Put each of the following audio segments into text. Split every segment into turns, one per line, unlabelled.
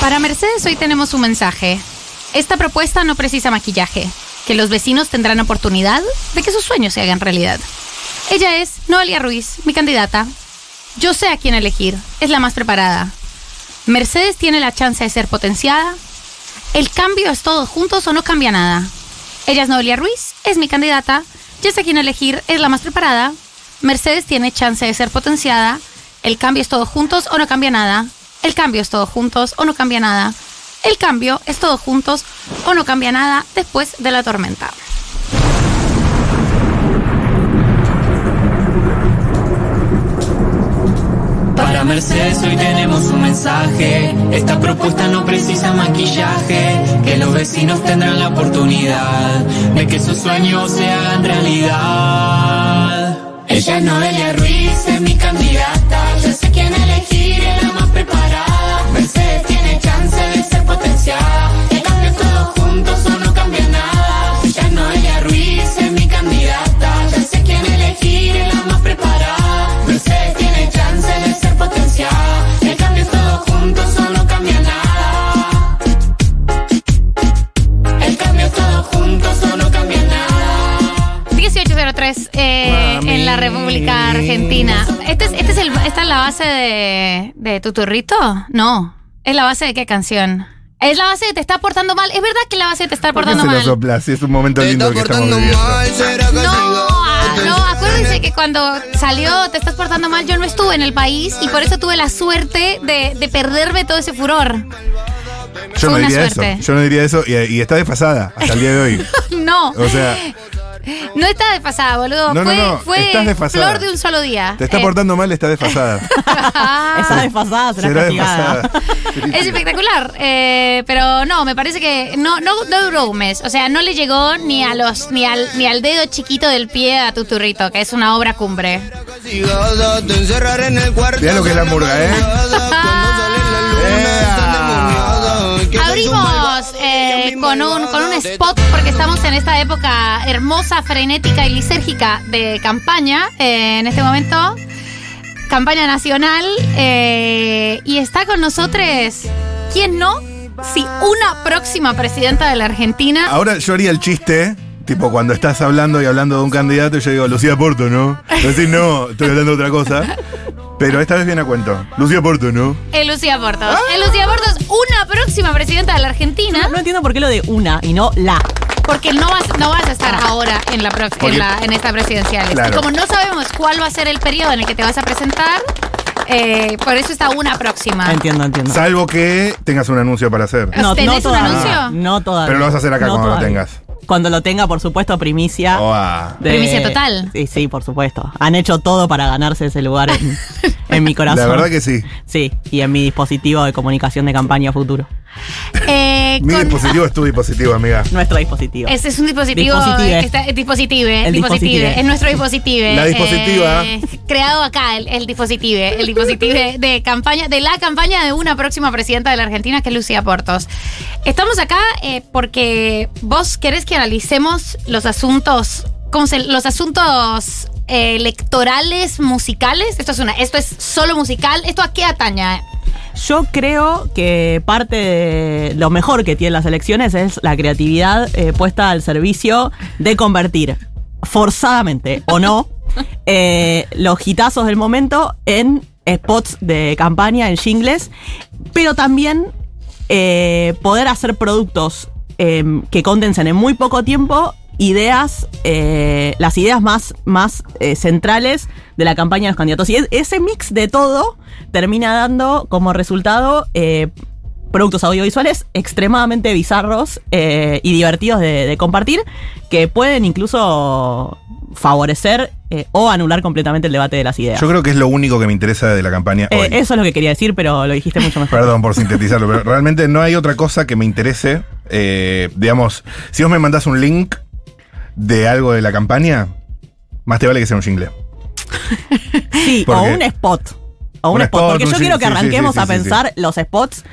Para Mercedes hoy tenemos un mensaje. Esta propuesta no precisa maquillaje, que los vecinos tendrán oportunidad de que sus sueños se hagan realidad. Ella es Noelia Ruiz, mi candidata. Yo sé a quién elegir, es la más preparada. Mercedes tiene la chance de ser potenciada. El cambio es todos juntos o no cambia nada. Ella es Noelia Ruiz, es mi candidata. Yo sé a quién elegir, es la más preparada. Mercedes tiene chance de ser potenciada. El cambio es todos juntos o no cambia nada. El cambio es todos juntos o no cambia nada. El cambio es todos juntos o no cambia nada después de la tormenta.
Para Mercedes hoy tenemos un mensaje. Esta propuesta no precisa maquillaje. Que los vecinos tendrán la oportunidad de que sus sueños se hagan realidad. Ella es Noelia Ruiz, es mi candidata. Yo sé quién elegir, es la más preparada. Mercedes tiene chance de ser potenciada. El cambio es todos juntos o no cambia nada. Ella es Noelia Ruiz, es mi candidata. Yo sé quién elegir, es la más preparada. Mercedes tiene chance de ser potenciada. El cambio es todos juntos o no cambia nada. El cambio es todos juntos o no cambia nada.
1803 eh, en la República Argentina. Este es, este es el, ¿Esta es la base de, de tu turrito? No. ¿Es la base de qué canción? Es la base de Te está portando mal. Es verdad que la base de Te está
¿Por qué
portando
se lo
mal.
sopla? Si es un momento
Te
lindo
está
el que estamos
portando
viviendo.
mal, será que
No,
llegó.
ah, no, acuérdense que cuando salió Te estás portando mal, yo no estuve en el país y por eso tuve la suerte de, de perderme todo ese furor. Fue
Yo no
una
diría eso.
suerte.
Yo no diría eso y, y está desfasada hasta el día de hoy.
No,
O sea,
no está desfasada, boludo.
No, no,
fue
no,
fue
estás desfasada.
flor de un solo día.
te está
Eh, Ah,
portando mal, está desfasada.
Está desfasada, será,
Será
castigada.
desfasada.
Es espectacular, eh, pero no, me parece que no, no, no duró un mes. O sea, no le llegó ni a los, ni al, ni al dedo chiquito del pie a Tuturrito, que es una obra cumbre.
Castigada, te encerraré en el cuarto.
Mirá lo que es la murga, ¿eh?
Cuando sale la luna,
¡Ea!
está endemoniada. Que
Abrimos eh, con, un, con un spot porque estamos en esta época hermosa, frenética y lisérgica de campaña eh, en este momento. Campaña nacional. eh, y está con nosotros, ¿quién no? Si una próxima presidenta de la Argentina.
Ahora yo haría el chiste, tipo cuando estás hablando y hablando de un candidato, yo digo, Lucía Porto, ¿no? Decir, no, estoy hablando de otra cosa. Pero esta vez viene a cuento. Lucía Porto, ¿no?
Es eh, Lucía Portos. Es Lucía Portos, una próxima presidenta de la Argentina.
No entiendo por qué lo de una y no la.
Porque no vas, no vas a estar ahora en la, prox-
Ah. Porque-
en, la- en esta presidencial.
Claro.
Y como no sabemos cuál va a ser el periodo en el que te vas a presentar, eh, por eso está una próxima.
Entiendo, entiendo.
Salvo que tengas un anuncio para hacer.
¿Tenés un
todavía.
anuncio?
No todavía.
Pero lo vas a hacer acá
No
cuando lo
todavía.
tengas. Oh.
Cuando lo tenga, por supuesto, primicia.
Oa.
de-
Primicia total.
Sí, sí, por supuesto. Han hecho todo para ganarse ese lugar en, en mi corazón.
La verdad que sí.
Sí, y en mi dispositivo de comunicación de campaña futuro.
Eh,
Mi
con-
dispositivo es tu dispositivo, amiga.
Nuestro dispositivo.
ese es un dispositivo.
Dispositive.
que está- eh, dispositive,
El
dispositive,
dispositive.
Es nuestro dispositive.
La dispositiva.
eh, creado acá, el, el dispositive. El dispositive de campaña, de la campaña de una próxima presidenta de la Argentina, que es Lucía Portos. Estamos acá eh, porque vos querés que analicemos los asuntos. ¿Cómo se- los asuntos eh, electorales, musicales? Esto es una, esto es solo musical. ¿Esto a qué eh, ataña?
Yo creo que parte de lo mejor que tienen las elecciones es la creatividad eh, puesta al servicio de convertir forzadamente o no eh, los hitazos del momento en spots de campaña, en jingles, pero también eh, poder hacer productos em, que condensen en muy poco tiempo ideas, eh, las ideas más, más eh, centrales de la campaña de los candidatos. Y es- ese mix de todo termina dando como resultado eh, productos audiovisuales extremadamente bizarros eh, y divertidos de, de compartir, que pueden incluso favorecer eh, o anular completamente el debate de las ideas.
Yo creo que es lo único que me interesa de la campaña
Eh,
hoy.
eso es lo que quería decir, pero lo dijiste mucho mejor.
Perdón por sintetizarlo, pero realmente no hay otra cosa que me interese. Eh, digamos, si vos me mandás un link de algo de la campaña, más te vale que sea un jingle.
Sí,
¿Por
o
qué?
un spot. O un,
Un
spot.
spot,
Porque
un
yo
sí,
quiero que
sí, sí,
arranquemos
sí, sí,
a
sí.
pensar los spots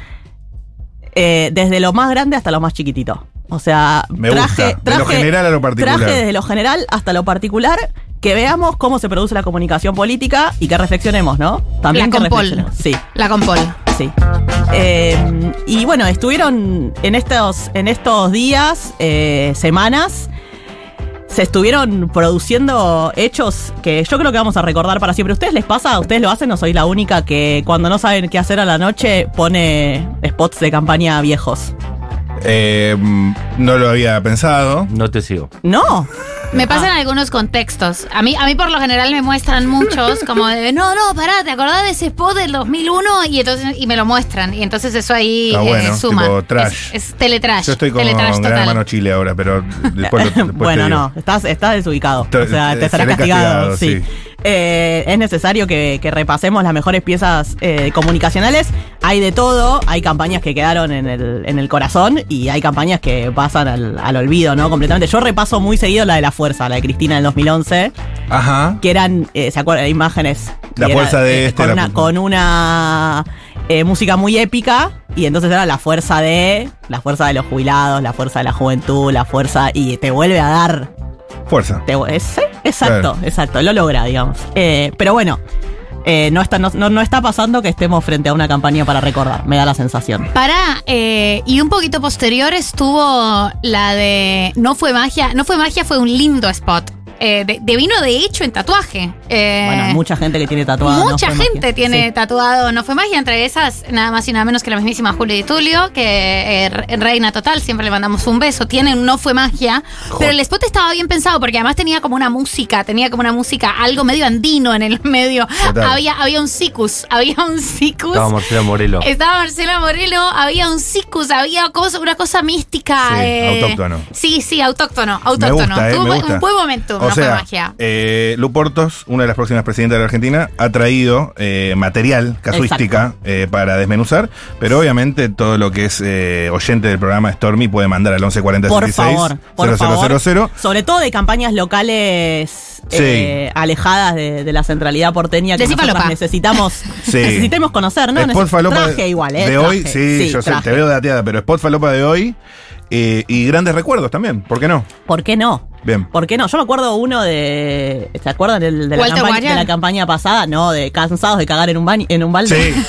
eh, desde lo más grande hasta lo más chiquitito. O sea,
Me
traje,
gusta. De
traje,
lo general a lo particular.
traje desde lo general hasta lo particular, que veamos cómo se produce la comunicación política y que reflexionemos, ¿no?
La
que
compol.
reflexionemos. Sí,
La compol.
sí. Eh, y bueno, estuvieron en estos, en estos días, eh, semanas, se estuvieron produciendo hechos que yo creo que vamos a recordar para siempre. ¿Ustedes les pasa? ¿Ustedes lo hacen o soy la única que cuando no saben qué hacer a la noche pone spots de campaña viejos?
Eh, no lo había pensado.
No te sigo.
No.
Me pasan algunos contextos. A mí, a mí por lo general me muestran muchos, como de, no, no, pará, ¿te acordás de ese spot del 2001? Y entonces y me lo muestran. Y entonces eso ahí
Está
eh,
bueno,
suma.
tipo trash.
Es, es teletrash.
Yo estoy con
teletrash
Gran
total.
Hermano Chile ahora, pero después lo después te
bueno,
digo.
no, estás, estás desubicado.
Estoy-
o sea,
eh,
te serás
seré
castigado.
castigado,
sí.
sí.
Eh, es necesario que, que repasemos las mejores piezas eh, comunicacionales. Hay de todo, hay campañas que quedaron en el, en el corazón y hay campañas que pasan al, al olvido, ¿no? Completamente. Yo repaso muy seguido la de la fuerza, la de Cristina del 2011
Ajá.
que eran, eh, ¿se acuerdan? Imágenes.
La
Y
fuerza de este,
Con
la
una,
pu-
con una, eh, música muy épica. Y entonces era la fuerza de. La fuerza de los jubilados, la fuerza de la juventud, la fuerza. Y te vuelve a dar.
Fuerza.
Te vu- eh, sí, exacto,
Claro.
exacto. Lo logra, digamos. Eh, pero bueno. eh, no, está, no, no- no está pasando que estemos frente a una campaña para recordar, me da la sensación.
Pará, eh, y un poquito posterior estuvo la de No fue magia, No fue magia fue un lindo spot. Eh, de, de vino de hecho en tatuaje. Eh,
bueno, mucha gente que tiene tatuado. no
Mucha
fue
gente
magia.
tiene
Sí.
tatuado No fue magia, entre esas nada más y nada menos que la mismísima Julia y Tulio, que eh, re- reina total, siempre le mandamos un beso, tiene un No fue magia, pero el spot estaba bien pensado porque además tenía como una música, tenía como una música, algo medio andino en el medio,
Total.
había, había un sicus, había un sicus.
Estaba Marcelo Morelo.
Estaba Marcela Morelo, había un sicus, había cosa- una cosa mística.
Sí,
eh,
autóctono.
Sí, sí, autóctono,
Me
autóctono.
gusta, eh,
Tuvo
me
un-
gusta.
un buen momento,
O
no
sea,
fue magia.
eh, Lu Portos, una de las próximas presidentas de la Argentina, ha traído eh, material, casuística, eh, para desmenuzar, pero obviamente todo lo que es eh, oyente del programa Stormy puede mandar al 1140
Por favor, por favor.
0000.
Sobre todo de campañas locales
Sí.
eh, alejadas de, de la centralidad porteña que
Decí
nosotras
falopa.
necesitamos,
Sí.
necesitemos conocer, ¿no?
Spot
Neces-
falopa
traje
de-
igual, ¿eh?
De hoy,
Traje.
sí, yo sé,
traje.
te veo dateada, pero Spot Falopa de hoy eh, y grandes recuerdos también, ¿por qué no?
¿Por qué no?
Bien.
¿Por qué no? Yo me acuerdo uno de. ¿Se acuerdan del- de, la,
Walter
campaña,
Guayán.
de la campaña pasada? No, de cansados de cagar en un, baño, en un balde.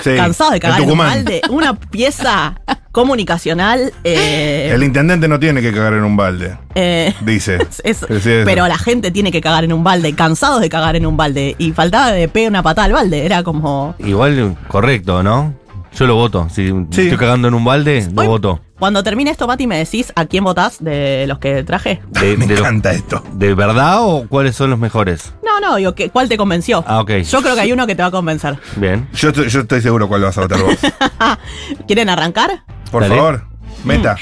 Sí. Sí.
Cansados de
En
cagar en, un
Tucumán.
balde. Una pieza comunicacional. eh,
El intendente no tiene que cagar en un balde,
eh,
dice.
Es-
Decía eso.
pero la gente tiene que cagar en un balde, cansados de cagar en un balde. Y faltaba de pe una patada al balde. Era como.
Igual, correcto, ¿no? Yo lo voto. Si
Sí.
estoy cagando en un balde, lo
Hoy-
voto.
Cuando termine esto, Mati, me decís a quién votás de los que traje.
De,
Me
de los-
encanta esto.
¿De verdad o cuáles son los mejores?
No, no, digo, ¿qué- ¿cuál te convenció?
Ah, ok.
Yo creo que hay uno que te va a convencer.
Bien.
Yo estoy, yo estoy seguro cuál lo vas a votar vos.
¿Quieren arrancar?
Por
Dale. Mm.
favor, meta.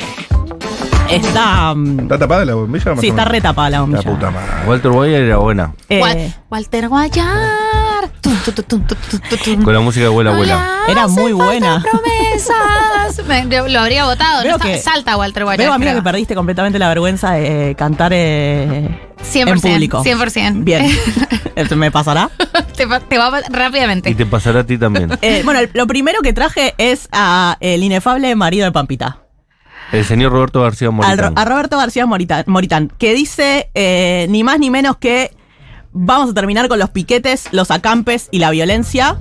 Está. mm,
¿Está tapada la bombilla? más
sí,
o
está
menos?
retapada la
La
bombilla.
puta madre.
Walter Boyer era buena.
Eh,
Wal- Walter Guayar. Tum, tum, tum, tum, tum, tum, tum, tum.
Con la música de abuela,
No le
abuela.
hacen
Era muy
falta
buena.
promesas. Me- yo lo habría votado. no
Veo
está-
que-
salta Walter Guayar.
Veo, amiga,
creo.
que perdiste completamente la vergüenza de eh, cantar eh,
100%,
en público.
100%.
Bien. Esto ¿Me pasará?
te, va- te va rápidamente.
Y te pasará a ti también.
Eh, bueno, el- lo primero que traje es a el inefable marido de Pampita.
El señor Roberto García
al-
Moritán.
a Roberto García Moritán, Moritán, que dice eh, ni más ni menos que vamos a terminar con los piquetes, los acampes y la violencia.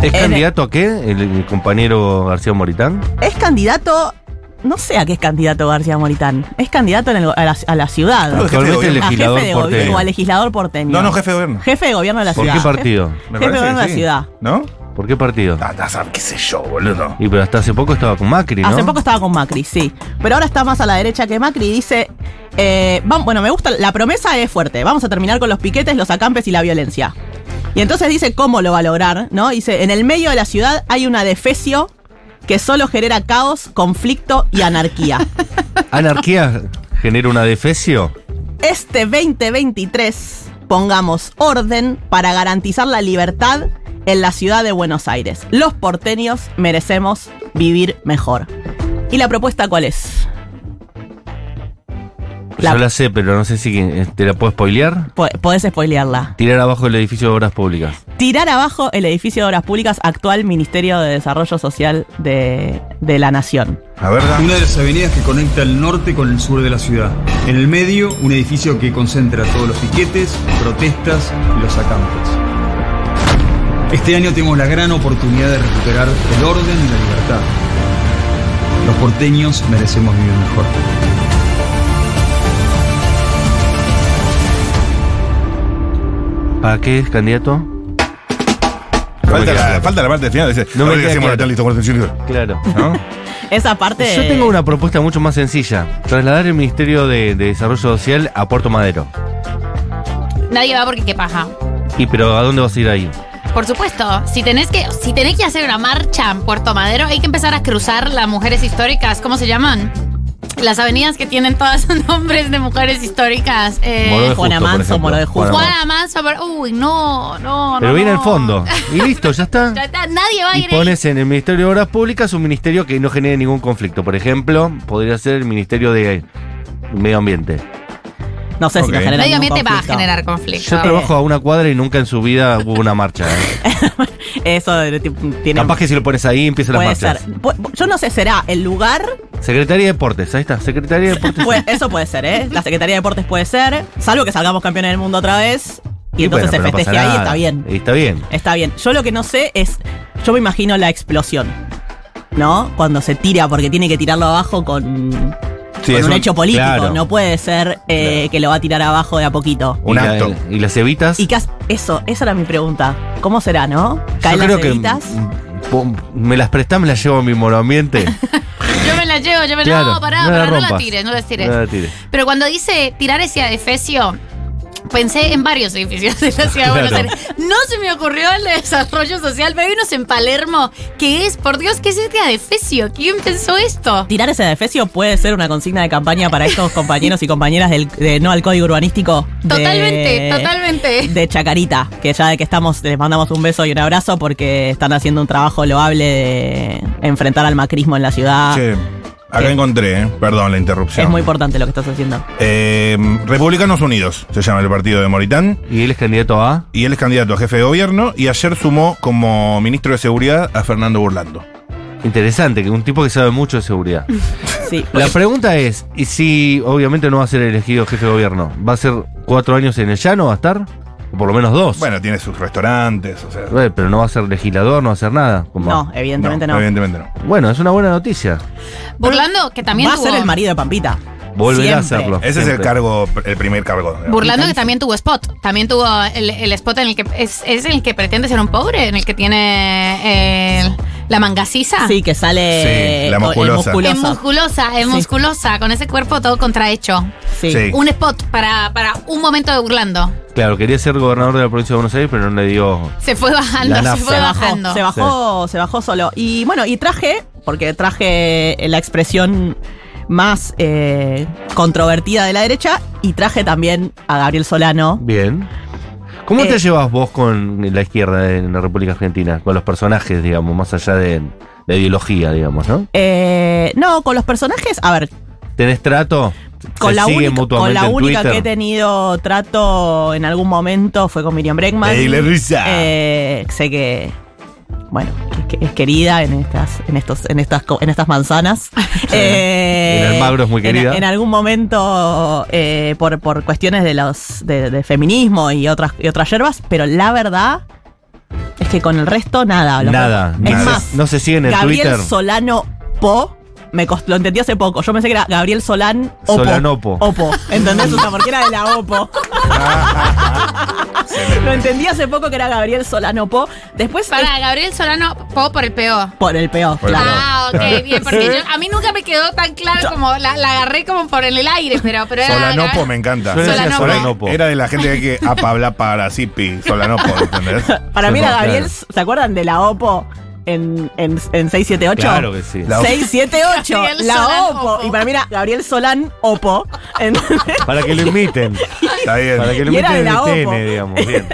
¿Es
en-
candidato a qué? El, el compañero García Moritán.
Es candidato, no sé a qué es candidato García Moritán, es candidato en el go- a, la, a la ciudad.
Creo que
Actualmente
jefe de
el
A
legislador
Ah, jefe de gobierno, o
porteño.
a legislador porteño.
No, no, jefe de gobierno.
Jefe de gobierno de la
¿Por
ciudad.
qué partido?
Me
Jefe de
parece que
gobierno de la
sí.
ciudad.
¿No?
¿Por qué partido?
Ah, ah, ah, qué sé yo, boludo.
Y pero hasta hace poco estaba con Macri, ¿no?
Hace poco estaba con Macri, sí. Pero ahora está más a la derecha que Macri y dice, eh, vam- bueno, me gusta, la promesa es fuerte, vamos a terminar con los piquetes, los acampes y la violencia. Y entonces dice cómo lo va a lograr, ¿no? Dice, en el medio de la ciudad hay una defecio que solo genera caos, conflicto y anarquía.
¿Anarquía genera una defesio?
Este 2023 pongamos orden para garantizar la libertad en la ciudad de Buenos Aires. Los porteños merecemos vivir mejor. ¿Y la propuesta cuál es? La-
Yo la sé, pero no sé si eh, te la puedo spoilear.
Po- Podés spoilearla.
Tirar abajo el edificio de obras públicas.
Tirar abajo el edificio de obras públicas, actual Ministerio de Desarrollo Social de, de la Nación.
A ver, da-
Una de las avenidas que conecta el norte con el sur de la ciudad. En el medio, un edificio que concentra todos los piquetes, protestas y los acampes. Este año tenemos la gran oportunidad de recuperar el orden y la libertad. Los porteños merecemos vivir mejor.
¿Para qué es candidato?
Falta la, falta la parte final. Dice,
No
no
me
me
queda
hacemos
claro.
la tal lista con atención,
Claro.
¿no?
Esa parte.
Yo tengo una propuesta mucho más sencilla. Trasladar el Ministerio de, de Desarrollo Social a Puerto Madero.
Nadie va porque qué paja.
Y pero ¿a dónde vas a ir ahí?
Por supuesto, si tenés que, si tenés que hacer una marcha en Puerto Madero, hay que empezar a cruzar las mujeres históricas, ¿cómo se llaman? Las avenidas que tienen todas nombres de mujeres históricas. Eh,
Moro de
Juana
Justo, por
Manso,
ejemplo.
Moro de Justo.
Juana Manso.
Juana Manso, pero- uy, no, no,
Pero
no,
viene
no.
al fondo. Y listo, ya está.
Ya está, Nadie va a
Y
ir ahí.
pones en el Ministerio de Obras Públicas un ministerio que no genere ningún conflicto. Por ejemplo, podría ser el Ministerio de Medio Ambiente.
No sé si
Ok.
nos genera.
Medio
ningún
ambiente va a
conflicto.
generar conflicto.
Yo trabajo a una cuadra y nunca en su vida hubo una marcha. ¿eh?
Eso de- ti- tiene.
Capaz que si lo pones ahí empiezan las
puede
marchas.
ser. Pu- Yo no sé, será el lugar.
Secretaría de Deportes, ahí está. Secretaría de Deportes.
Pu- eso puede ser, ¿eh? La Secretaría de Deportes puede ser. Salvo que salgamos campeones del mundo otra vez. Y, entonces
bueno, pero no
se festeje
pasa
ahí,
nada.
está bien.
Y está bien.
Está bien. Yo lo que no sé es. Yo me imagino la explosión. ¿No? Cuando se tira, porque tiene que tirarlo abajo con.
Sí,
con
es
un,
un-
hecho político.
claro.
No puede ser eh, que lo va a tirar abajo de a poquito.
Un
y la-
acto.
y las cevitas.
Y qué hace- eso, esa era mi pregunta. ¿Cómo será, no? ¿Caen las cebitas?
mm, pum, me las prestás, me las llevo a mi monoambiente.
Yo me la llevo, yo me la.
Claro,
No, pará,
no la
pará, no la
rompas.
tires, no la tires.
No la tires.
Pero cuando dice tirar hacia adefesio, pensé en varios edificios de la ciudad de Buenos
Claro.
Aires. No se me ocurrió el de desarrollo social, pero hay unos en Palermo. ¿Qué es? Por Dios, ¿qué es este adefesio? ¿Quién pensó esto?
Tirar ese defecio puede ser una consigna de campaña para estos compañeros y compañeras del, de no al código urbanístico. de-
Totalmente, totalmente.
De Chacarita, que ya de que estamos, les mandamos un beso y un abrazo porque están haciendo un trabajo loable de enfrentar al macrismo en la ciudad.
Che, acá
¿Qué?
encontré, eh, perdón la interrupción.
Ah. Es muy importante lo que estás haciendo.
Eh, Republicanos Unidos se llama el partido de Moritán.
Y él es candidato a.
Y él es candidato a jefe de gobierno y ayer sumó como ministro de seguridad a Fernando Burlando.
Interesante, que un tipo que sabe mucho de seguridad.
Sí.
La pregunta es: ¿y si obviamente no va a ser elegido jefe de gobierno? ¿Va a ser cuatro años en el llano? ¿Va a estar? O por lo menos dos.
Bueno, tiene sus restaurantes, o sea.
Eh, Pero no va a ser legislador, no va a hacer nada. como-
No, evidentemente no.
Evidentemente no.
Bueno, es una buena noticia.
Burlando, que también
Va a
tuvo.
ser el marido de Pampita.
Volverá a
Siempre.
hacerlo.
Ese es el
siempre.
cargo, el primer cargo. digamos.
Burlando que también tuvo spot, también tuvo el, el spot en el que es, es el que pretende ser un pobre, en el que tiene eh, la mangasiza.
Sí, que sale
Sí, la
eh,
musculosa.
Es musculosa, es
Sí.
musculosa, con ese cuerpo todo contrahecho.
Sí.
Sí.
Un spot para, para un momento de burlando.
Claro, quería ser gobernador de la provincia de Buenos Aires, pero no le dio.
Se fue bajando,
La
se
nafta.
fue
Se bajó,
bajando.
se bajó, se bajó solo. Y bueno, y traje, porque traje la expresión más eh, controvertida de la derecha, y traje también a Gabriel Solano.
Bien. ¿Cómo
Eh,
te llevas vos con la izquierda en la República Argentina? Con los personajes, digamos, más allá de la ideología, digamos, ¿no?
Eh, no, con los personajes, a ver,
¿Tenés trato?
con
¿Se
la
siguen
única, con
mutuamente
la
en
única
Twitter?
que he tenido trato en algún momento fue con Miriam Bregman.
Ey, la risa.
Eh, sé que, bueno, que- que es querida en estas, en estos, en estas, co- en estas manzanas. Eh,
En Almagro es muy
en-
querida.
En, algún momento eh, por, por cuestiones de los de, de feminismo y otras y otras yerbas, pero la verdad es que con el resto nada. lo-
Nada.
Es
nada.
más,
no se siguen en
Gabriel
Twitter.
Solano Po. Me costó, lo entendí hace poco. Yo pensé que era Gabriel Solán Opo.
Solanopo.
Opo. ¿Entendés? O sea, porque era de la Opo. lo entendí hace poco que era Gabriel Solano Po. Después.
Para Gabriel Solano, po por el PO.
eh, por el peo,
Por el
claro.
Ah, ok, bien, porque yo- a mí nunca me quedó tan claro como la, la agarré como por el aire, pero, pero era.
Solanopo me encanta.
Yo le
decía Solanopo.
Solanopo.
Era de la gente que apabla para Zipi, Solanopo, ¿entendés?
Para mí era
Claro.
Gabriel. ¿Se acuerdan de la Opo en, en, en 678?
Claro que sí.
La-
678,
Gabriel
la
Solán
Opo.
Opo.
Y para mí era Gabriel Solán Opo. ¿entendés?
Para que lo imiten.
Está bien.
Para que lo
Y era
imiten
de
en
la
el TN,
OPO.
digamos. Bien.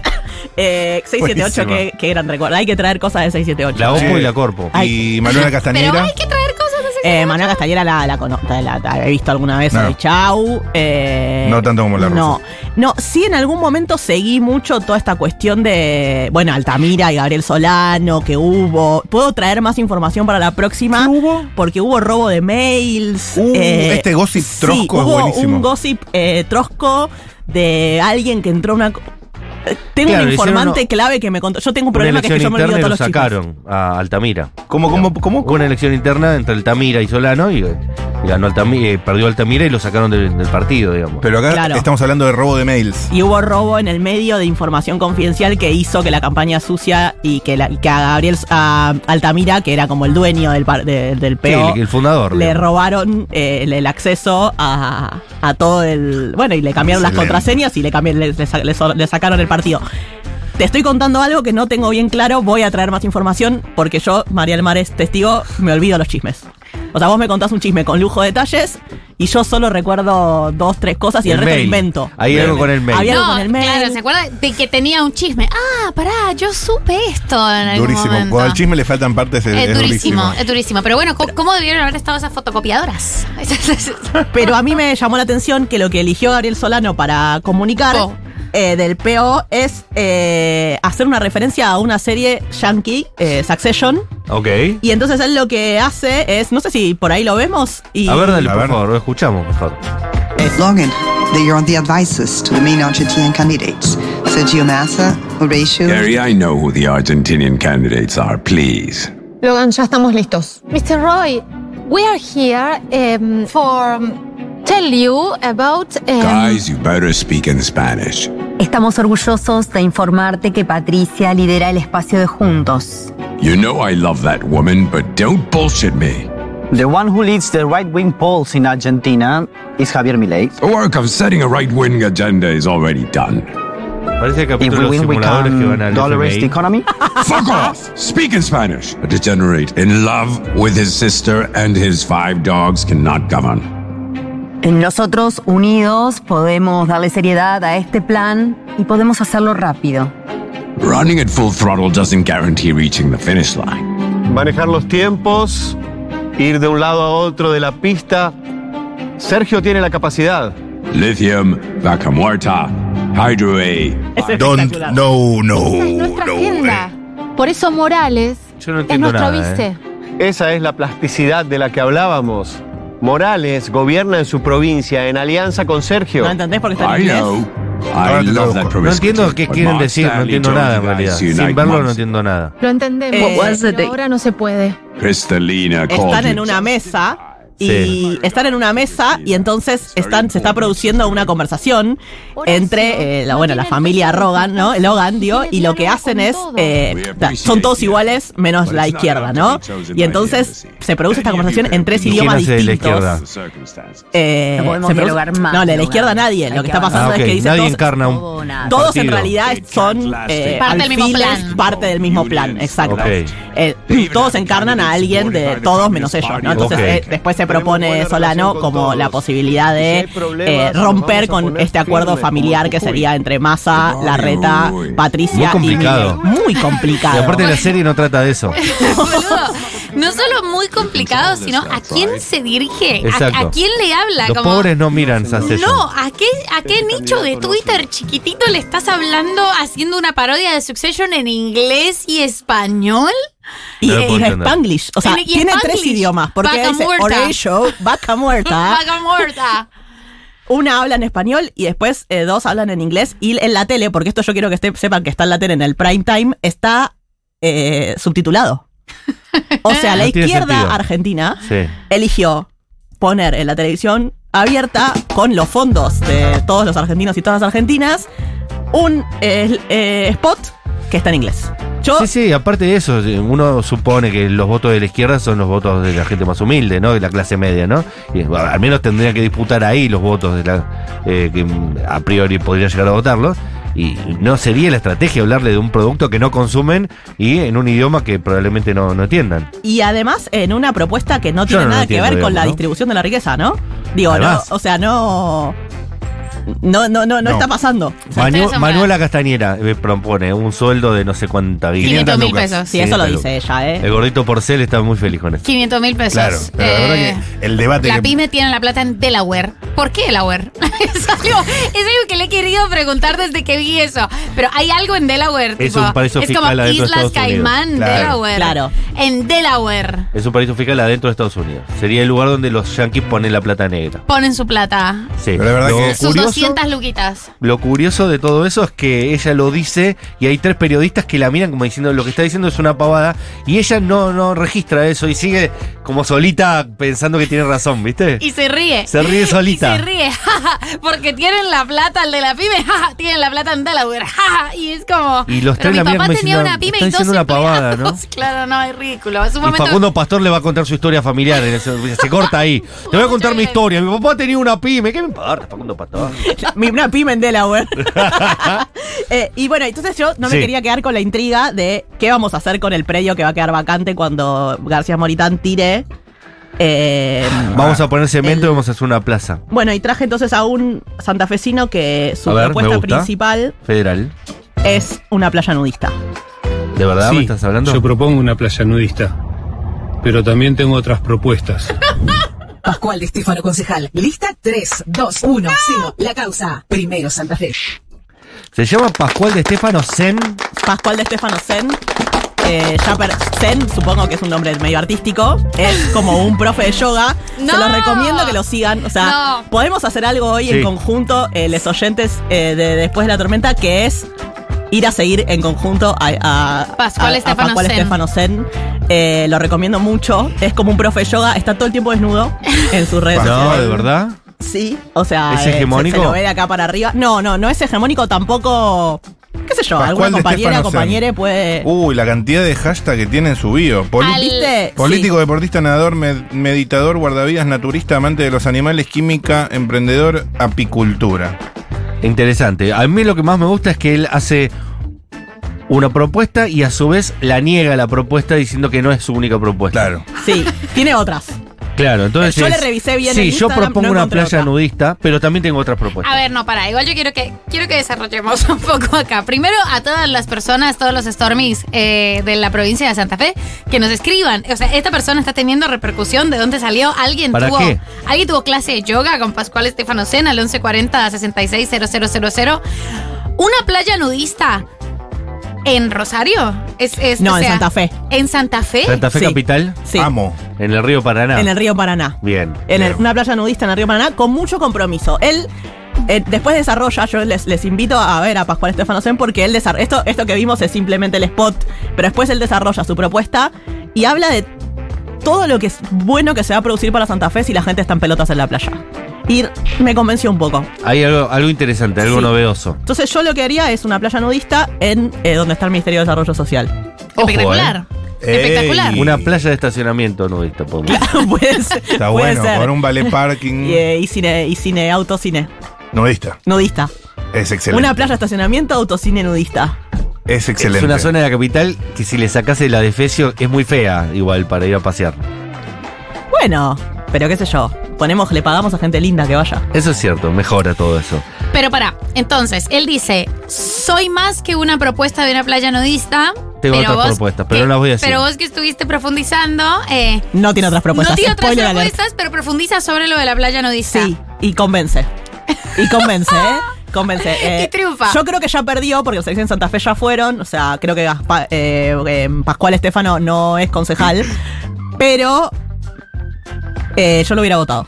Eh, 678,
Buenísimo.
que, que gran recuerdo. Hay que traer cosas de 678.
La
Sí.
OPO y la Corpo.
Y Manuela
Pero
Castañera.
hay que traer cosas de ese
Eh, Manuel Castañera la, la, cono- la- la- la he visto alguna vez
No.
en el Chau. eh,
No tanto como la
No, no, sí en algún momento seguí mucho toda esta cuestión de, bueno, Altamira y Gabriel Solano, que hubo. Puedo traer más información para la próxima. hubo? Porque hubo robo de mails. eh,
Uh, este gossip trosco es
hubo
buenísimo.
un gossip eh, trosco de alguien que entró a una... Tengo
Claro,
un
le hicieron
informante
uno-
clave que me contó. Yo tengo un
Una
problema que es que
elección
yo me olvido
interna y
todos
lo
los chistes.
sacaron a Altamira.
¿Cómo, cómo, cómo?
Hubo una elección interna entre Altamira y Solano y, y ganó Altami- eh, perdió Altamira y lo sacaron del, del partido, digamos.
Pero acá
Claro.
estamos hablando de robo de mails.
Y hubo robo en el medio de información confidencial que hizo que la campaña sucia y que, la- y que a Gabriel a Altamira, que era como el dueño del, par- de- del
Sí,
PO,
el, el fundador.
le
digamos.
robaron eh, el, el acceso a, a todo el. Bueno, y le cambiaron las
Excelente.
contraseñas y le, cambi- le, le sa- le so- le sacaron el partido. Te estoy contando algo que no tengo bien claro, voy a traer más información porque yo, María del Mar es testigo, me olvido los chismes. O sea, vos me contás un chisme con lujo de detalles y yo solo recuerdo dos, tres cosas y el,
El
resto lo
mail.
invento.
Hay
Bien.
algo con el mail.
Había algo
No,
con el mail.
claro, ¿se acuerda de que tenía un chisme? Ah, pará, yo supe esto en algún
Durísimo.
momento. Eh,
Cuando al chisme le faltan partes, es,
es,
es
durísimo, es durísimo. Pero bueno, ¿cómo, cómo debieron haber estado esas fotocopiadoras?
Pero a mí me llamó la atención que lo que eligió Gabriel Solano para comunicar
Po.
eh, del PO es eh, hacer una referencia a una serie yankee, eh, Succession.
Ok.
Y entonces él lo que hace es, no sé si por ahí lo vemos. Y
A ver, dale,
A
por
ver.
favor, lo escuchamos mejor.
Login, that you're on the advice list to the main Argentinian candidates, Sergio Massa, Horatio.
Gary, I know who the Argentinian candidates are, please.
Logan, ya estamos listos.
Mr. Roy, we are here um, for um, tell you about. um,
Guys, you better speak in Spanish.
Estamos orgullosos de informarte que Patricia lidera el espacio de Juntos.
You know I love that woman, but don't bullshit me.
The one who leads the right-wing polls in Argentina is Javier Milei.
The work of setting a right wing agenda is already done.
Parece
If
el capítulo
we
de
win,
los
we
simuladores que van
can
al
dollarize the
FBI.
economy.
Fuck off! Speak in Spanish. A degenerate in love with his sister and his five dogs cannot govern.
Nosotros, unidos, podemos darle seriedad a este plan y podemos hacerlo rápido.
Running at full throttle doesn't guarantee reaching the finish line.
manejar los tiempos, ir de un lado a otro de la pista. Sergio tiene la capacidad.
Lithium, vaca muerta, hydro A.
es
Don't,
espectacular.
no,
Esa es
no,
nuestra
no.
agenda.
eh.
Por eso Morales
Yo no
es
entiendo
nuestro
nada.
vice.
eh.
Esa es la plasticidad de la que hablábamos. Morales gobierna en su provincia en alianza con Sergio.
¿No entendés por qué está
I
en inglés?
know.
Ahora
I
te
love
toca.
that
No entiendo qué
but
quieren
Mark
decir, no
Stanley
entiendo
told
nada en
you
realidad.
guys unite
Sin verlo no
once.
entiendo nada.
Lo entendemos,
Eh,
pero
was
the day?
ahora no se puede.
Cristalina
Están
called
en
you
una
just
mesa y
Sí.
están en una mesa y entonces están, se está produciendo una conversación entre eh, la, bueno la familia Rogan, ¿no? El Logan, digo, y lo que hacen es eh, ta- son todos iguales menos la izquierda, ¿no? Y entonces se produce esta conversación en tres
¿Y quién
idiomas
hace de la izquierda?
distintos.
the circumstances.
Eh,
No podemos
se produce-
dialogar más,
No, la de la
Logan.
izquierda nadie.
Hay
Lo que
que
está
avanzar.
pasando
Ah,
es
ok.
que dicen
Nadie
todos,
encarna
Todo
un.
o nada.
todos en
partido.
realidad son eh,
Parte del mismo
alfiles,
plan.
parte del mismo plan, exacto.
Ok.
Eh, todos encarnan a alguien de todos menos ellos, ¿no? Entonces
Ok.
eh, después se propone Solano como la posibilidad de eh, romper con este acuerdo familiar que sería entre Massa, Larreta, Patricia
Muy
y
complicado.
Milei. Muy
Y
complicado.
aparte la serie no trata de eso.
Boludo, no solo muy complicado, sino a quién se dirige, a,
Exacto.
a quién le habla.
Los
como-
pobres no miran Succession.
No, ¿a qué, ¿a qué nicho de Twitter chiquitito le estás hablando haciendo una parodia de Succession en inglés y español?
y
No lo
y
puedo
es
entender.
Spanglish. O sea,
Y- y
tiene tres
Spanglish.
idiomas. Porque
Vaca
dice
muerta.
Horatio, vaca muerta.
Vaca muerta.
Una habla en español y después eh, dos hablan en inglés. Y en la tele, porque esto yo quiero que esté- sepan que está en la tele en el prime time, está eh, subtitulado. O sea, la
No tiene
izquierda
sentido.
argentina
Sí.
eligió poner en la televisión abierta con los fondos de todos los argentinos y todas las argentinas un eh, eh, spot que está en inglés. Yo
Sí, sí, aparte de eso, eh, uno supone que los votos de la izquierda son los votos de la gente más humilde, ¿no? De la clase media, ¿no? Y, bueno, al menos tendrían que disputar ahí los votos de la eh, que mm, a priori podrían llegar a votarlos. Y no sería la estrategia hablarle de un producto que no consumen y en un idioma que probablemente no, no entiendan.
Y además en una propuesta que no tiene
no lo
nada
entiendo,
que ver con
digamos,
la
¿no?
distribución de la riqueza, ¿no? Digo,
Además.
no, o sea, no. No, no, no, no,
No.
está pasando.
Manu-
ustedes son
Manuela Castañera eh, propone un sueldo de no sé cuánta guita.
500 mil
lucas.
pesos.
Sí, eso lo
pero-
dice ella, ¿eh?
El gordito Porcel está muy feliz con esto.
500 mil pesos.
Claro, pero la
Eh,
verdad que el debate
la
que-
pyme tiene la plata en Delaware. ¿Por qué Delaware? es, algo, es algo que le he querido preguntar desde que vi eso. Pero hay algo en Delaware.
Es
tipo,
un paraíso
es
fiscal
como
adentro de
Islas
Estados Unidos.
Caimán,
Claro.
Delaware.
Claro.
En Delaware
Es un paraíso fiscal adentro de Estados Unidos. Sería el lugar donde los yankees ponen la plata negra.
ponen su plata.
Sí.
Pero la verdad
lo,
que-
Sus
curioso,
200 luquitas.
lo curioso de todo eso es que ella lo dice y hay tres periodistas que la miran como diciendo lo que está diciendo es una pavada y ella no, no registra eso y sigue como solita pensando que tiene razón, ¿viste?
Y se ríe.
Se ríe solita.
Y se ríe, jaja, porque tienen la plata al de la pyme, jaja, tienen la plata en Delaware, jaja, y es como...
Y los
pero
tres
mi
la
papá
miran como
tenía
diciendo,
una pyme
"Está
y dos
diciendo una pavada, ¿no?
empleados". Claro, no, es ridículo. Es un
Y
momento...
Facundo Pastor le va a contar su historia familiar. en ese- Se corta ahí. Te voy a contar mi historia. Mi papá tenía una pyme. ¿Qué me importa, Facundo Pastor?
Mi, una pyme en Delaware. Eh, y bueno, entonces yo no
Sí.
me quería quedar con la intriga de qué vamos a hacer con el predio que va a quedar vacante cuando García Moritán tire. eh,
Vamos a poner cemento y vamos a hacer una plaza
bueno, y traje entonces a un santafesino que su
A ver, me
propuesta
gusta.
principal
federal.
es una playa nudista.
¿De verdad
Sí,
me estás hablando?
Yo propongo una playa nudista, pero también tengo otras propuestas.
Pascual de Estéfano, concejal. Lista 3, 2, 1, 0. La causa. Primero Santa Fe.
Se llama Pascual de Estefano Zen.
Pascual de Estefano Zen. Eh, ya per- Zen, supongo que es un nombre medio artístico. Es como un profe de yoga.
No.
Se los recomiendo que lo sigan. O sea,
No.
podemos hacer algo hoy
Sí.
en conjunto, eh, los oyentes eh, de Después de la Tormenta, que es ir a seguir en conjunto a, a-
Pascual
a- a
Estefano
Pascual
Zen.
Estefano Zen. Eh, lo recomiendo mucho. Es como un profe de yoga. Está todo el tiempo desnudo en sus redes
No,
sociales.
¿de verdad?
Sí, o sea,
¿Es
eh, se-
hegemónico?
Se, lo ve de acá para arriba. No, no, no es hegemónico tampoco. ¿Qué sé yo?
Pascual
Alguna
de
compañera,
Stefano
compañere puede.
Uh,
Uy, la cantidad de hashtag que tiene en su bio. Poli-
Al- ¿Viste?
Político,
Sí.
deportista, nadador, med- meditador, guardavidas, naturista, amante de los animales, química, emprendedor, apicultura.
Interesante. A mí lo que más me gusta es que él hace una propuesta y a su vez la niega la propuesta diciendo que no es su única propuesta. Claro.
Sí, tiene otras.
Claro, entonces.
Eh, Yo le revisé bien
Sí,
el
yo
Instagram,
propongo
no
una
encontré
playa
otra.
nudista, pero también tengo otras propuestas.
A ver, no, para. Igual yo quiero que quiero que desarrollemos un poco acá. Primero, a todas las personas, todos los Stormies eh, de la provincia de Santa Fe, que nos escriban. O sea, esta persona está teniendo repercusión. ¿De dónde salió? Alguien
¿Para
tuvo
qué?
alguien tuvo clase de yoga con Pascual Estefano Sena al 1140 660000. Una playa nudista en Rosario. Es, es,
No,
o
en
sea,
Santa Fe.
En Santa Fe.
Santa Fe
Sí.
Capital.
Sí.
Amo. En el río Paraná.
En el río Paraná.
Bien.
En el-
bien.
una playa nudista en el río Paraná con mucho compromiso. Él. eh, después desarrolla, yo les, les invito a ver a Pascual Estefano Zen porque él desar- esto, esto que vimos es simplemente el spot, pero después él desarrolla su propuesta y habla de todo lo que es bueno que se va a producir para Santa Fe si la gente está en pelotas en la playa. Y me convenció un poco.
Hay algo, algo interesante, algo novedoso.
Entonces yo lo que haría es una playa nudista en eh, donde está el Ministerio de Desarrollo Social.
Ojo,
Espectacular.
¿eh?
Espectacular.
Una playa de estacionamiento nudista, podemos.
puede ser.
Está
puede
bueno,
ser.
con un ballet parking.
Y, eh, y cine, y cine, autocine.
Nudista.
Nudista.
Es excelente.
Una playa, estacionamiento, autocine nudista.
Es excelente.
Es una zona de la capital que si le sacase la de Fecio es muy fea, igual, para ir a pasear.
Bueno, pero qué sé yo. Ponemos, le pagamos a gente linda que vaya.
Eso es cierto, mejora todo eso.
Pero para, entonces, él dice, soy más que una propuesta de una playa nudista.
Tengo
pero
otras
vos
propuestas,
que-
pero no las voy a decir.
Pero vos que estuviste profundizando, eh,
No tiene otras propuestas.
no tiene otras
Spoiler alert.
propuestas, pero profundiza sobre lo de la playa nudista.
Sí, y convence. Y convence, ¿eh? Convence. eh.
Y triunfa.
Yo creo que ya perdió porque los selección Santa Fe ya fueron. O sea, creo que Gaspa- eh, eh, Pascual Estefano no es concejal. Pero eh, yo lo hubiera votado.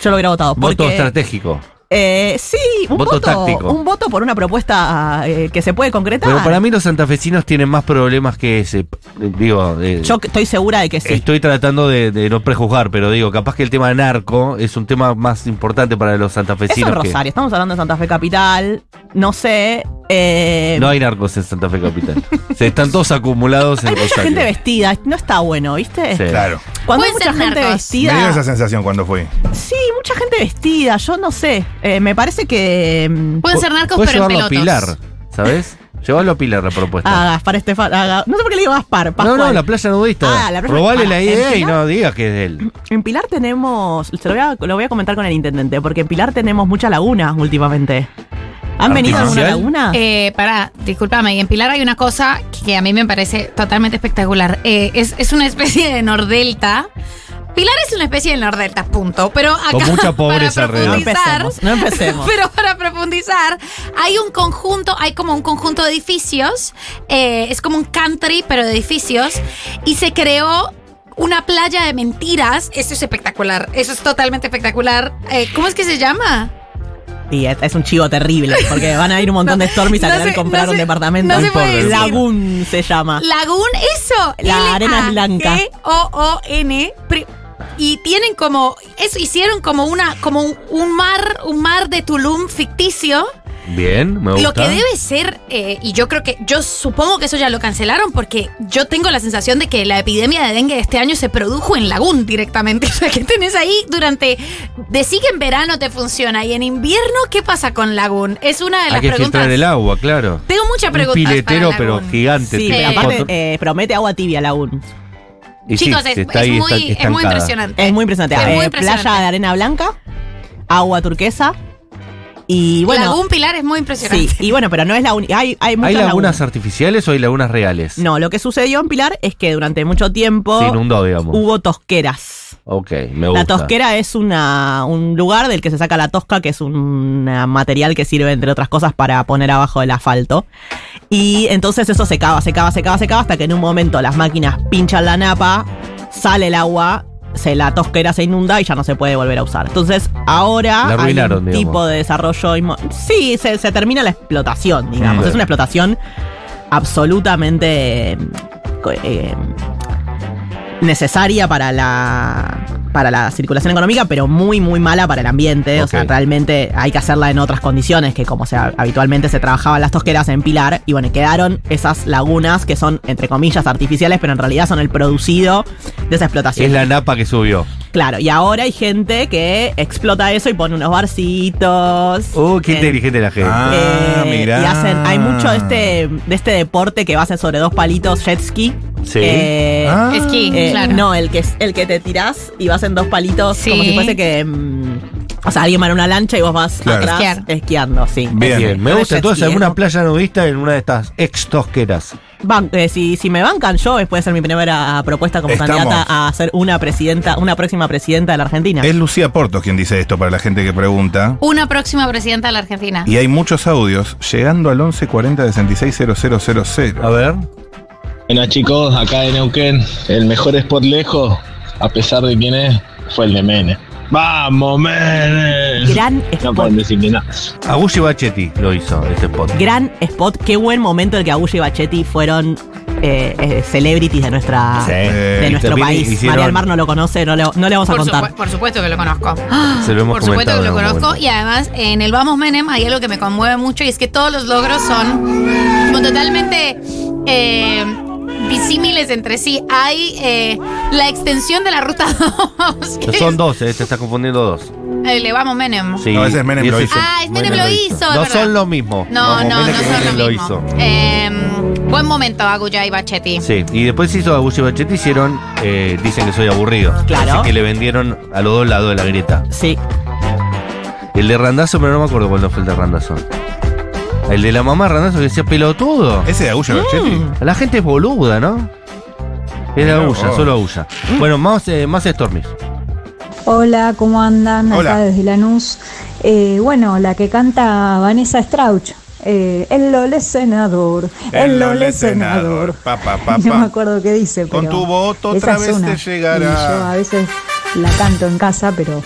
Yo lo hubiera votado.
Voto
porque-
estratégico.
Eh, sí, un
Voto
voto,
táctico.
Un voto por una propuesta eh, que se puede concretar.
Pero para mí los santafesinos tienen más problemas que ese. Digo, eh,
Yo estoy segura de que sí.
estoy tratando de, de no prejuzgar, pero digo, capaz que el tema narco es un tema más importante para los
Eso
santafesinos.
es
que-
Rosario, estamos hablando de Santa Fe Capital. No sé. eh,
No hay narcos en Santa Fe Capital. Se están todos acumulados en
hay mucha
Rosario.
gente vestida, no está bueno, ¿viste?
Sí.
Claro.
Cuando hay
Pueden
mucha
ser
gente
narcos.
Me dio esa
vestida.
sensación cuando fui.
Sí, mucha gente vestida, yo no sé. Eh, me parece que. mm,
Pueden ser narcos,
Puedes
pero en
llevarlo a
pelotas.
Pilar, ¿sabes? Llevarlo a Pilar la propuesta.
A Gaspar Estefan. a Ga- no sé por qué le digo Gaspar.
no,
Ah, Pascual.
no, la playa nudista.
Ah, la playa-
Robale la
Ah,
idea
¿en
y
Pilar?
no digas que es de él.
En Pilar tenemos. Se lo voy, a, lo voy a comentar con el intendente, porque en Pilar tenemos mucha laguna últimamente. ¿Han venido a alguna
¿Artificial?
laguna?
Eh, pará, discúlpame, y en Pilar hay una cosa que a mí me parece totalmente espectacular. Eh, es, es una especie de nordelta, Pilar es una especie de nordelta, punto. Pero acá,
Con mucha pobreza
para profundizar,
No empecemos, no empecemos.
Pero para profundizar, hay un conjunto, hay como un conjunto de edificios. eh, es como un country, pero de edificios. Y se creó una playa de mentiras. Eso es espectacular. Eso es totalmente espectacular. Eh, ¿Cómo es que se llama?
Sí, es, es un chivo terrible, porque van a ir un montón de Stormies a
no
querer
se-
comprar
no
un
se-
departamento.
no se puede decir.
Lagoon se llama.
Lagoon, eso.
Ah. La arena es blanca.
O-O-N. Y tienen como. Eso hicieron como una. como un, un mar, un mar de Tulum ficticio.
Bien, me gusta.
Lo que debe ser, eh, y yo creo que, yo supongo que eso ya lo cancelaron porque yo tengo la sensación de que la epidemia de dengue de este año se produjo en Lagún directamente. O sea, que tenés ahí durante, decís que en verano te funciona y en invierno, ¿qué pasa con Lagún? Es una de las
Hay que
preguntas.
filtrar el agua, claro.
Tengo muchas
Un
preguntas para
piletero,
Lagún.
pero gigante.
Sí,
tipo,
pero
cuatro-
aparte eh, promete agua tibia Lagoon.
y sí,
Chicos, es-
está
es
ahí
muy-
esta-
es muy
estancada.
impresionante.
Es muy impresionante.
Es muy
Eh,
impresionante.
Playa de arena blanca, agua turquesa y bueno.
Lagún Pilar es muy impresionante.
Sí, y bueno, pero no es la única. Hay, hay muchas
¿Hay
lagunas.
lagunas artificiales o hay lagunas reales?
No, lo que sucedió en Pilar es que durante mucho tiempo
Se inundó, digamos.
Uh.
hubo tosqueras.
Ok, me gusta.
La tosquera es una, un lugar del que se saca la tosca, que es un eh, material que sirve, entre otras cosas, para poner abajo del asfalto. Y entonces eso se cava, se cava, se cava, se cava, hasta que en un momento las máquinas pinchan la napa, sale el agua, se la tosquera se inunda y ya no se puede volver a usar. Entonces ahora
La
hay
arruinaron,
un
digamos.
tipo de desarrollo... inmo- Sí, se, se termina la explotación, digamos.
Mm.
Es una explotación absolutamente... eh, co- eh, necesaria para la para la circulación económica, pero muy muy mala para el ambiente. O sea,
Ok.
realmente hay que hacerla en otras condiciones que como se, habitualmente se trabajaban las tosqueras en Pilar y bueno, quedaron esas lagunas que son entre comillas artificiales, pero en realidad son el producido de esa explotación.
Es la napa que subió.
Claro, y ahora hay gente que explota eso y pone unos barcitos.
Uh, qué
en-
inteligente la gente.
Ah,
eh, Y hacen, hay mucho de este, de este deporte que va a ser sobre dos palitos jet ski.
Sí.
Eh,
Ah.
Esquí, claro.
No, el que, es- el que te tirás y vas en dos palitos como
Sí.
si fuese que. mm, o sea, alguien va en una lancha y vos vas
Claro.
atrás
Esquiar.
esquiando, sí.
Bien,
Sí,
me
no
gusta.
es jet
Entonces,
ski,
alguna
es-
playa nudista en una de estas ex tosqueras.
Ban- eh, si, si me bancan yo, es- puede ser mi primera propuesta como
Estamos.
candidata a ser una presidenta, una próxima presidenta de la Argentina.
Es Lucía Portos quien dice esto para la gente que pregunta.
Una próxima presidenta de la Argentina.
Y hay muchos audios llegando al 1140 de 660000.
A ver.
Buenas chicos, acá de Neuquén, el mejor spot lejos, a pesar de quién es, fue el de Mene. ¡Vamos, Mene!
Gran
No pueden decir ni nada.
Agussi Bachetti lo hizo, este spot.
Gran spot, qué buen momento el que Agulli y Bachetti fueron eh, eh, celebrities de nuestra
Sí.
de
Y
nuestro
también
país.
hicieron-
María del Mar no lo conoce, no le, no le vamos a
Por,
contar.
supue- por supuesto que lo conozco.
Se lo hemos
Ah, por supuesto que
comentado
lo
en algún
conozco.
momento.
Y además, en el Vamos Menem hay algo que me conmueve mucho y es que todos los logros son como totalmente eh, disímiles entre sí. Hay eh, la extensión de la ruta 2. que
Son dos, eh, te estás confundiendo dos.
es el de Vamos Menem.
Sí,
No, ese es Menem
y
lo
ese
hizo.
Ah, es Menem lo hizo, es
No
verdad.
son lo mismo.
No, no, no
Menem que
son
Menem
lo mismo. Eh, buen momento, Aguya y Bachetti.
Sí, y después hizo Agussi Bachetti, hicieron eh, Dicen que soy aburrido.
Claro.
Así que le vendieron a los dos lados de la grieta.
Sí.
El de Randazo, pero no me acuerdo cuándo fue el de Randazo. El de la mamá Randazo que decía pelotudo.
Ese de
Mm.
Agullo Bachetti.
La gente es boluda, ¿no? Es de
Mirá
Agulla,
vos.
solo Agulla. Bueno, más, eh, más Stormis.
Hola, ¿cómo andan?
Hola.
Acá desde Lanús. Eh, bueno, la que canta Vanessa Strauch. Eh, el Lole Senador. El Lole Senador.
Pa, pa, pa,
No me
pa.
acuerdo qué dice, pero.
Con tu voto otra
esa es
vez
una.
te llegará.
Y yo a veces la canto en casa, pero.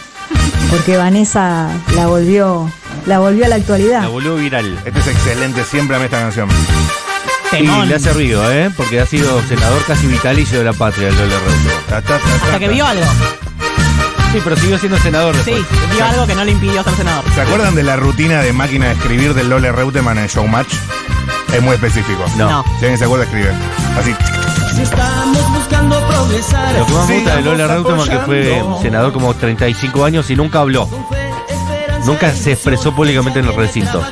Porque Vanessa la volvió, la volvió a
La
la
Ah.
actualidad.
volvió viral.
Este es excelente, siempre amé esta canción.
Y le hace ruido, ¿eh? Porque ha sido senador casi vitalicio de la patria, el Lole Randazo.
Hasta que vio algo.
Sí, pero siguió siendo senador
Sí,
después.
vio algo que no le impidió ser senador.
¿Se acuerdan de la rutina de máquina de escribir del Lole Reutemann en Showmatch? Es muy específico.
No.
Si alguien se acuerda, escribe. Así.
Si estamos buscando progresar,
Lo que más me gusta de
sigamos
Lola Reutemann que fue
apoyando.
senador como 35 años y nunca habló. Nunca se expresó públicamente en el recinto.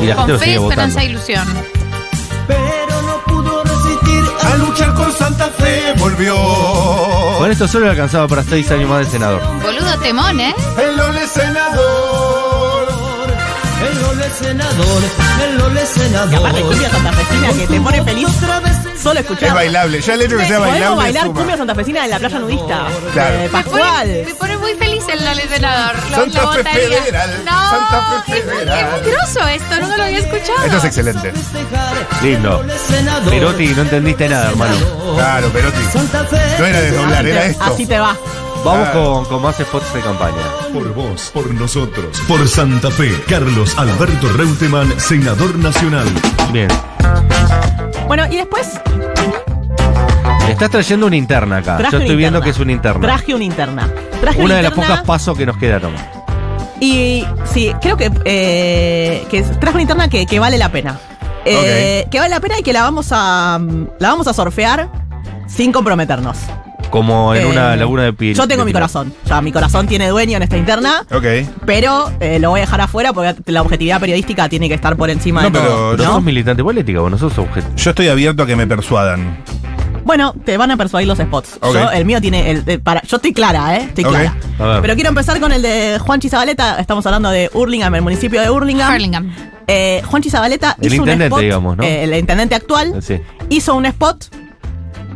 Y la gente
Con
lo
fe,
sigue votando.
esperanza e ilusión.
A luchar con Santa Fe volvió.
Con esto solo le alcanzaba para 6 años más de senador.
Boludo temón, ¿eh?
El Lole Senador.
El Lole Senador, el Lole
Y aparte es
Senador.
cumbia santafesina que te pone feliz.
Otra vez el
solo escuchar.
Es bailable. Ya el hecho que sea
Podemos
bailable
bailar
suma.
cumbia santafesina en la playa nudista.
Claro.
Eh,
Me pone,
Pascual.
me pone muy feliz el Lola Senador. Lo,
Santa
lo
Fe
votaría.
Federal,
No,
Santa Fe
es-
Federal.
Es groso esto, no lo había escuchado.
Esto es excelente.
Lindo. Perotti, no entendiste nada, hermano.
Claro, Perotti.
No era desdoblar, era esto.
Así te va.
Vamos con, con más spots de campaña.
Por vos, por nosotros, por Santa Fe. Carlos Alberto Reutemann, senador nacional.
Bien.
Bueno, y después
Estás trayendo una interna acá.
Traje
Yo
una
estoy viendo
interna.
que es una interna.
traje una interna. Traje
una
una
de las
interna
pocas pasos que nos quedaron.
Y sí, creo que, eh, que traje una interna que, que vale la pena. Eh, Que vale la pena y que la vamos a mm, la vamos a sorfear sin comprometernos.
Como en
Eh,
una laguna de piel.
Yo tengo mi corazón. Ya, mi corazón tiene dueño en esta interna,
Ok.
pero eh, lo voy a dejar afuera porque la objetividad periodística tiene que estar por encima
No,
de todo.
pero no
¿no?
sos militante política, vos no sos objeto.
Yo estoy abierto a que me persuadan.
Bueno, te van a persuadir los spots.
Ok.
Yo, el mío tiene. El, el- para, yo estoy clara, ¿eh? Estoy
Ok.
clara.
A ver.
Pero quiero empezar con el de Juan Chizabaleta. Estamos hablando de Hurlingham, el municipio de Hurlingham. Eh, Juan Chizabaleta
El
hizo
intendente,
un spot.
digamos, ¿no?
eh, el intendente actual
Sí.
hizo un spot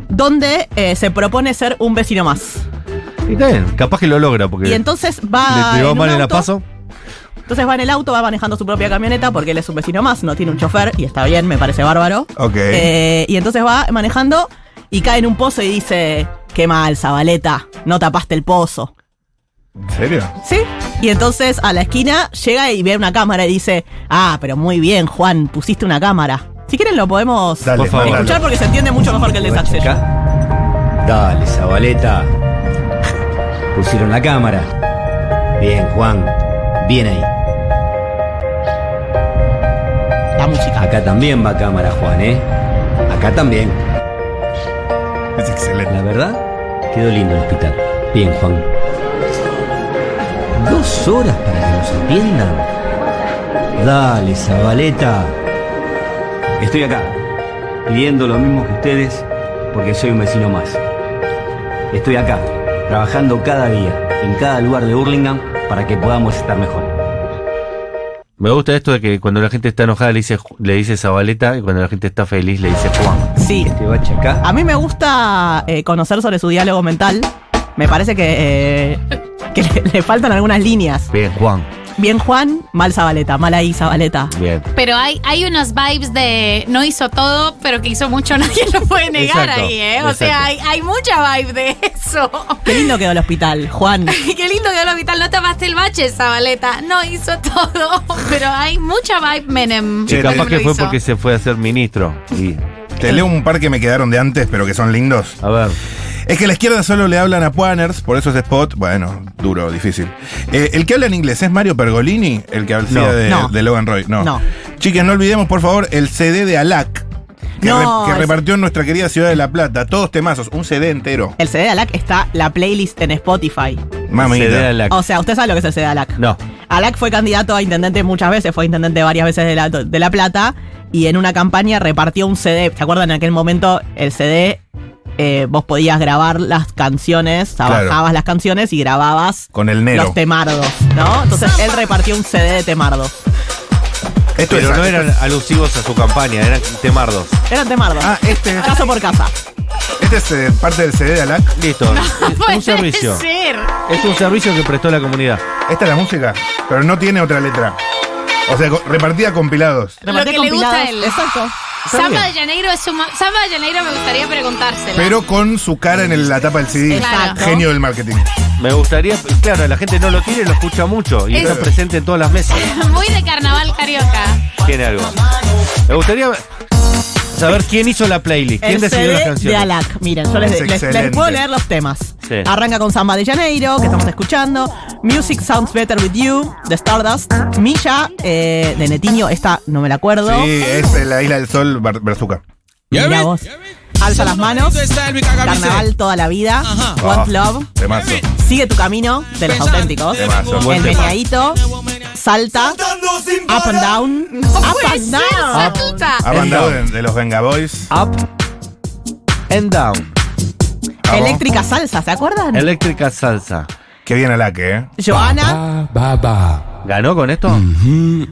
donde eh, se propone ser un vecino más.
Y está bien, capaz que lo logra porque.
Y entonces
le
va.
pegó
Ah, en
mal
un
en la
auto,
paso.
Entonces va en el auto, va manejando su propia camioneta porque él es un vecino más, no tiene un chofer y está bien, me parece bárbaro.
Ok.
Eh, y entonces va manejando y cae en un pozo y dice, qué mal, Zabaleta, no tapaste el pozo.
¿En serio?
¿Sí? Y entonces a la esquina llega y ve una cámara y dice, ah, pero muy bien, Juan, pusiste una cámara. Si quieren lo podemos
Dale,
por favor, escuchar
mandalo.
porque se entiende mucho mejor que el de Satchel.
Dale, Zabaleta. Pusieron la cámara. Bien, Juan. Bien ahí.
La música.
Acá también va cámara, Juan, ¿eh? Acá también.
Es excelente.
La verdad, quedó lindo el hospital. Bien, Juan. Dos horas para que nos atiendan. Dale, Zabaleta. Estoy acá, pidiendo lo mismo que ustedes, porque soy un vecino más. Estoy acá, trabajando cada día, en cada lugar de Hurlingham, para que podamos estar mejor.
Me gusta esto de que cuando la gente está enojada le dice, Ju- le dice Zabaleta y cuando la gente está feliz le dice Juan.
Sí.
Este bache acá.
A mí me gusta eh, conocer sobre su diálogo mental. Me parece que, eh, que le- le faltan algunas líneas.
Bien, Juan.
Bien Juan, mal Zabaleta, mal ahí Zabaleta.
Bien.
Pero hay, hay unos vibes de no hizo todo, pero que hizo mucho, nadie lo puede negar
Exacto,
ahí, ¿eh? O
exacto.
sea, hay, hay mucha vibe de eso.
Qué lindo quedó el hospital, Juan.
Qué lindo que el hospital no tapaste el bache, Zabaleta. No hizo todo, pero hay mucha vibe Menem.
Y capaz
Menem
que
lo
fue
hizo.
porque se fue a ser ministro. Y
Te leo un par que me quedaron de antes, pero que son lindos.
A ver.
Es que a la izquierda solo le hablan a Puaners, por eso es spot. Bueno, duro, difícil. Eh, el que habla en inglés es Mario Pergolini, el que hacía
No.
de,
No.
de Logan Roy. No.
No.
Chicas, no olvidemos, por favor, el CD de Alac. Que,
No,
re- que
es-
repartió en nuestra querida ciudad de La Plata. Todos temazos, un CD entero.
El CD de Alac está la playlist en Spotify.
Mamita.
CD de Alac.
O sea, usted sabe lo que es el CD de Alac.
No.
Alac fue candidato a intendente muchas veces, fue intendente varias veces de La, de la Plata y en una campaña repartió un CD. ¿Se acuerdan en aquel momento el CD? eh, vos podías grabar las canciones, trabajabas
Claro.
las canciones y grababas
Con el Nero.
los temardos, ¿no? Entonces él repartió un CD de temardos.
Esto
pero
es-
no eran alusivos a su campaña, eran temardos.
Eran temardos.
Ah, este.
Caso por casa.
Este es eh, parte del CD de Alac.
Listo. un servicio.
ser.
Es un servicio que prestó la comunidad.
Esta es la música, pero no tiene otra letra. O sea, co- repartida compilados.
Lo que le gusta a él.
Exacto.
Samba de Janeiro es su ma- Samba de Janeiro me gustaría preguntárselo.
Pero con su cara en el- la tapa del CD.
Exacto.
Genio del marketing.
Me gustaría, claro, la gente no lo tiene, lo escucha mucho y
Es-
está presente en todas las mesas.
Muy de carnaval carioca.
Tiene algo. Me gustaría saber quién hizo la playlist, quién
El
decidió las
CD de
canciones.
Alac. Miren, yo les,
Es
les- les
excelente.
puedo leer los temas.
Sí.
Arranca con Samba de Janeiro, que estamos escuchando. Music Sounds Better With You, de Stardust. Milla, eh, de Netiño, esta no Ah. me la acuerdo.
Sí, es eh, la isla del sol, Bar- Berzuca.
Mirá vos. Alza las manos. Carnaval toda la vida.
Ah,
Want Love.
Temazo.
Sigue tu camino, de los auténticos.
Temazo, buen
El
tema.
meneadito. Salta. Up and down. up and down.
Abandado de, de los Venga Boys.
Up and down.
Vamos.
Eléctrica salsa, ¿se acuerdan?
Eléctrica salsa.
Qué bien Alac, eh.
Ah.
Joana.
¿Ganó con esto?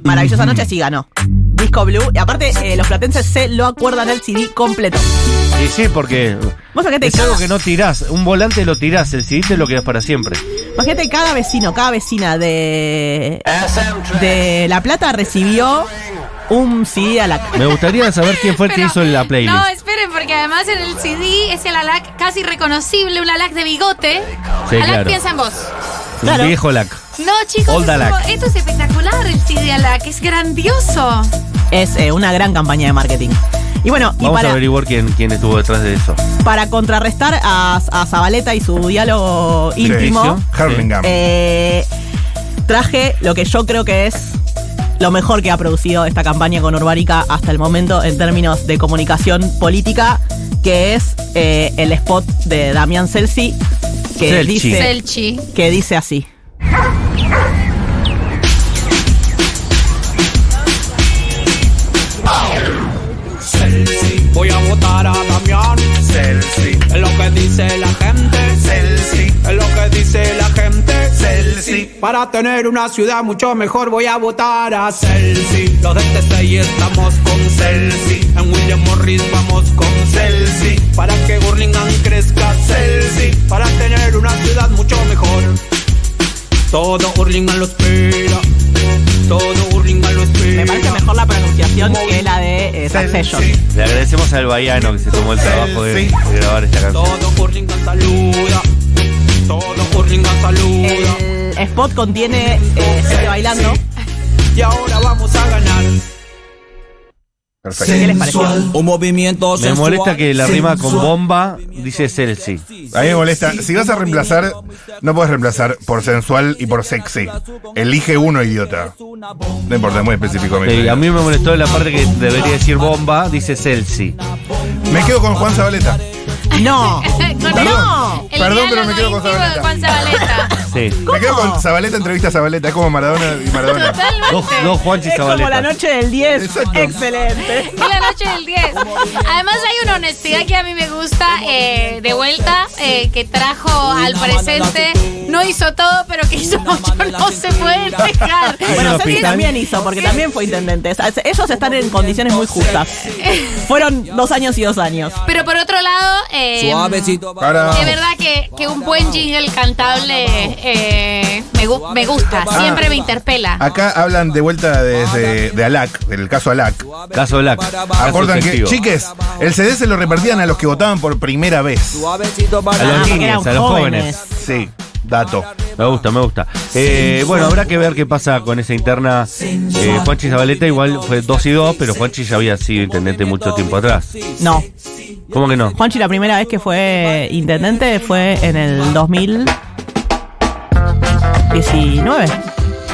Maravillosa noche sí ganó. disco Blue. Y aparte, eh, los platenses se lo acuerdan el CD completo.
Y sí, porque
Vos acá te
es algo que no tirás. Un volante lo tirás, el CD te lo quedás para siempre.
Imagínate, cada vecino, cada vecina de, de La Plata recibió un CD a la...
Me gustaría saber quién fue el que
Pero,
hizo la playlist.
No, esperen, porque además en el CD es el alac casi reconocible, un alac de bigote.
Sí,
alac
claro.
piensa en vos.
Un viejo lac.
No, chicos,
Old
es
alac.
como- esto es espectacular, el CD alac, es grandioso.
Es eh, una gran campaña de marketing. Y bueno, y
Vamos a
para,
averiguar quién, quién estuvo detrás de eso.
para contrarrestar a, a Zabaleta y su diálogo íntimo,
Hurlingham.
eh, traje lo que yo creo que es lo mejor que ha producido esta campaña con Urbárica hasta el momento en términos de comunicación política, que es eh, el spot de Damián Celsi, que
Selchi.
dice...
Selchi.
que dice así.
Celsi. Voy a votar a Damián. Celsi. Es lo que dice la gente. Celsi. Es lo que dice la gente. Celsi. Para tener una ciudad mucho mejor voy a votar a Celsi. Los de TCI estamos con Celsi. En William Morris vamos con Celsi. Para que Burlingame crezca Celsi. Para tener una ciudad mucho mejor. Todo Burlingame lo espera. Todo Burlingame lo espera.
Me parece mejor la pronunciación que la de eh, Succession.
Le agradecemos al Baiano que se tomó el trabajo de, de grabar esta canción.
Todo Burlingame saluda. Todo Burlingame saluda.
El spot contiene eh, gente bailando.
Y ahora vamos a ganar.
¿Qué les pareció?
Un movimiento
Me
sensual.
molesta que la rima con
Sensual.
bomba dice Celsi.
A mí me molesta. Si vas a reemplazar, no puedes reemplazar por sensual y por sexy. Elige uno, idiota. No importa, es muy específico. mi
Sí,
criterio.
eh, a mí me molestó la parte que debería decir bomba, dice Celsi.
Me quedo con Juan Zabaleta.
No.
Con-
Perdón,
el
perdón, pero
diálogo
me quedo
íntimo
con
de
Zabaleta.
Juan Zabaleta.
Sí.
Me quedo con Zabaleta, entrevista a Zabaleta. Es como Maradona y Maradona.
Totalmente. Dos-
dos Juanchi
Es como la
Zabaleta.
noche del 10. Excelente.
Y la noche del 10. Además hay una honestidad que a mí me gusta eh, de vuelta eh, que trajo al presente. No hizo todo, pero que hizo mucho. No se puede dejar.
Bueno, Sergio también hizo, porque también fue intendente. O sea, Ellos están en condiciones muy justas. Fueron dos años y dos años.
Pero por otro lado, eh,
Suavecito.
de verdad que, que un buen jingle cantable eh, me, gu- me gusta,
Ah.
siempre me interpela.
Acá hablan de vuelta desde de Alac, del caso Alac.
Caso Black.
Acordan
Caso
que,
efectivo.
chiques, el CD se lo repartían a los que votaban por primera vez.
Suavecito
A
Ah,
para
los niños, a los jóvenes.
Sí, dato.
Me gusta, me gusta. Eh, bueno, habrá que ver qué pasa con esa interna. Eh, Juanchi Zabaleta igual fue 2 y 2, pero Juanchi ya había sido intendente mucho tiempo atrás.
No.
¿Cómo que no?
Juanchi, la primera vez que fue intendente fue en el 2019.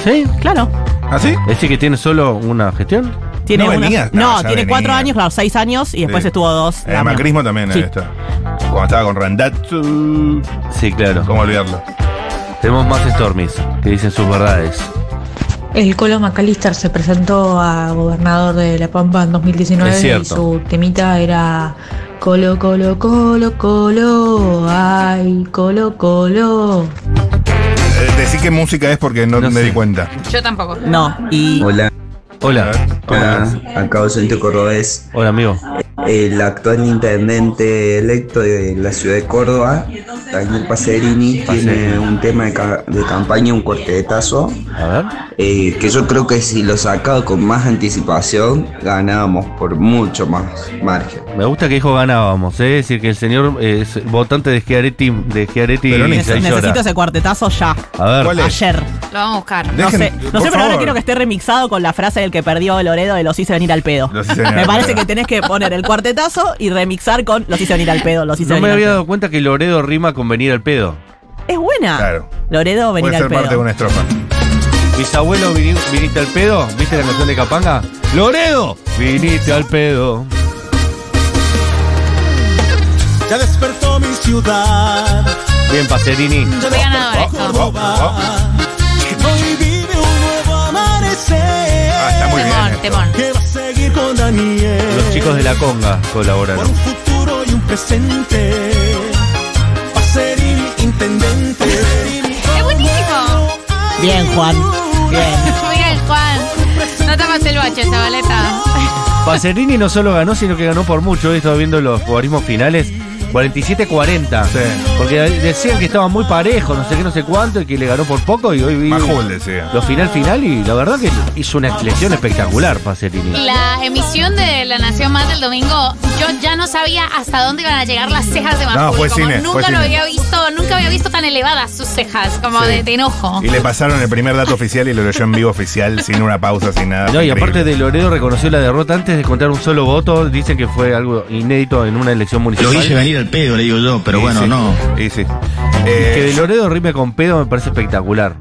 Sí,
claro.
¿Así?
¿Es decir que tiene solo una gestión?
Tiene
No
una-
venía,
no,
no, ya
tiene
venía. Eh,
cuatro años, claro, seis años y después
Sí.
estuvo dos.
El
Damián.
macrismo también
Sí.
era esto. Cuando estaba con Randatsu.
Sí, claro.
¿Cómo olvidarlo?
Tenemos más Stormies que dicen sus verdades.
El Colo McAllister se presentó a gobernador de La Pampa en 2019
Es
y
cierto.
su temita era Colo, Colo, Colo, Colo, ay, Colo, Colo.
Eh, decí qué música es porque no, me di cuenta.
Yo tampoco.
No, y.
Hola.
Hola.
Hola, acá Vicente Cordobés.
Hola, amigo.
El actual intendente electo de la ciudad de Córdoba, Daniel Pacerini, tiene un tema de, ca- de campaña, un cortetazo, eh, que yo creo que si lo sacaba con más anticipación, ganábamos por mucho más margen.
Me gusta que dijo ganábamos, ¿eh? es decir, que el señor eh, es votante de Schiaretti, de Schiaretti
Pero
y
necesito,
seis horas.
ese cuartetazo ya.
A ver. ¿Cuál es?
Ayer.
Lo vamos a buscar.
No sé, no sé, pero ahora
favor.
quiero que esté remixado con la frase del que perdió Loredo de los hice venir al pedo.
Los hice venir
me
al
parece
pedo.
que tenés que poner el cuartetazo y remixar con los hice venir al pedo, los hice
No me
venir al
había dado cuenta que Loredo rima con venir al pedo.
pedo. Es buena. Loredo venir
Puede
al
ser parte de
pedo.
una-
Estrofa.
Mis abuelos vini- viniste al pedo, ¿viste la canción de Capanga? ¡Loredo! Viniste al pedo.
Ya despertó mi ciudad.
Bien, Pacerini.
Yo voy ganadora
Oh,
esto.
Hoy vive un nuevo amanecer.
Ah,
está muy
Temón,
bien
temón.
Que va a seguir con Daniel.
Los chicos de la conga colaboraron.
Futuro y un presente. Va a ser el intendente.
Es buenísimo.
Bien, Juan. Bien.
Mira el Juan. No tapas el bache, chavaleta.
Pacerini no solo ganó, sino que ganó por mucho. He estado viendo los jugarismos finales. 47-40. Porque decían que estaba muy parejo, no sé qué, no sé cuánto, y que le ganó por poco. Y hoy vi
Majul decía.
lo final final y la verdad que hizo una selección espectacular Pacerini.
La emisión de La Nación Más del domingo, yo ya no sabía hasta dónde iban a llegar las cejas de Majul.
No, fue
Como
cine,
Nunca
fue
lo
cine.
había visto, nunca había visto tan elevadas sus cejas, como
Sí.
de, de enojo.
Y le pasaron el primer dato oficial y lo leyó en vivo oficial, sin una pausa, sin nada.
No, y
Increíble.
aparte de Loredo reconoció la derrota antes de contar un solo voto. Dicen que fue algo inédito en una elección municipal.
Lo hice venir al pedo, le digo yo, pero
Y
bueno,
sí,
no.
Y sí. Eh,
que de Loredo rime con pedo me parece espectacular.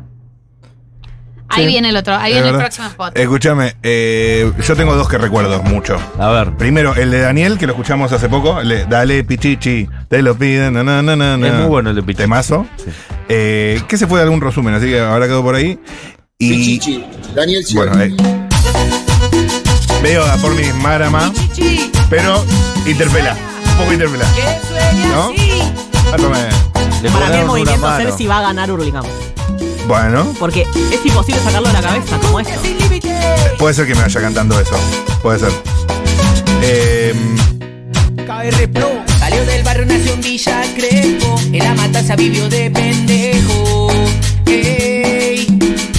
Ahí viene el otro, ahí
Es
viene
verdad.
el próximo spot.
Escúchame, eh, yo tengo dos que recuerdo mucho.
A ver.
Primero, el de Daniel, que lo escuchamos hace poco. el de Dale, pichichi, te lo piden, na, na, na, na,
Es
na.
muy bueno el de Pichichi.
Temazo. Eh, que se fue de algún resumen, así que ahora quedó por ahí. Y,
Pichichi, Daniel Scioli.
Bueno, eh, veo a por mi marama, pero interpela, un poco interpela. ¿No? Ah, toma, eh.
Para mí el movimiento a hacer si va a ganar Urlingham.
Bueno,
Porque es imposible sacarlo de la cabeza, como esto.
puede ser que me vaya cantando eso. Puede ser. Eh,
KR Pro. Salió del barrio, nació en Villa Crespo. En la matanza vivió de pendejo. Ey,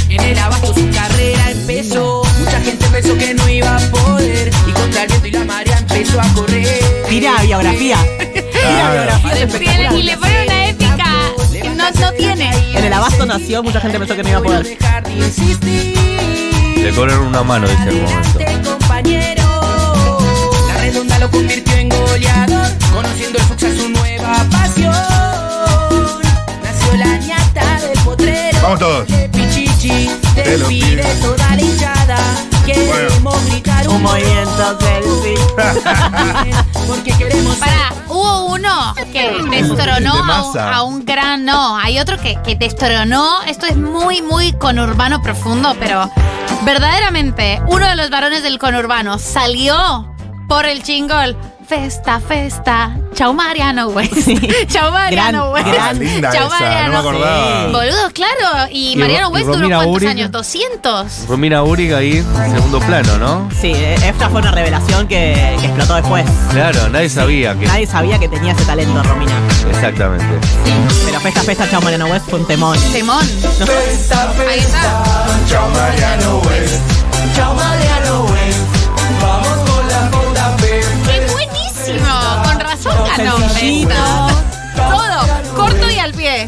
en el abasto su carrera empezó. Mucha gente pensó que no iba a poder. Y contra el viento y la marea empezó a correr.
Tira la biografía. Tira biografía es espectacular.
Y le pone una épica. No, no tiene.
En el abasto nació, mucha gente pensó que no iba a poder.
Le cobraron una mano, dice el momento.
compañero. La redonda lo convirtió en goleador, conociendo el Fuxa su nueva pasión. Nació la ñata del potrero.
Vamos todos.
De Pichichi,
Te
te
lo
pide
pido.
toda la hinchada. Queremos gritar un,
Un movimiento
selfie. Porque queremos
Pará, hubo uno que destronó
De
a un,
masa.
a un gran no. Hay otro que, que destronó. Esto es muy, muy conurbano profundo, pero verdaderamente uno de los varones del conurbano salió por el chingol. Festa, festa. Chau Mariano, güey. Chau Mariano, güey.
Gran, gran. Ah, linda
Chau
esa, no me acordaba.
Boludo, claro. Y,
Y
Mariano
Ro- y
West duró
Romina
cuántos
Uri.
años? 200.
Romina Uriga ahí, en segundo plano, ¿no?
Sí, eh, esta fue una revelación que, que explotó después.
Claro, nadie sabía que.
Nadie sabía que tenía ese talento, Romina.
Exactamente.
Pero Festa Festa Chao Mariano West fue un temón.
Temón. Ahí está.
Chao Mariano West. Chao Mariano West. Vamos con la joda,
Es buenísimo. Con razón ganó
Sencillito.
Festa. Todo, corto y al pie.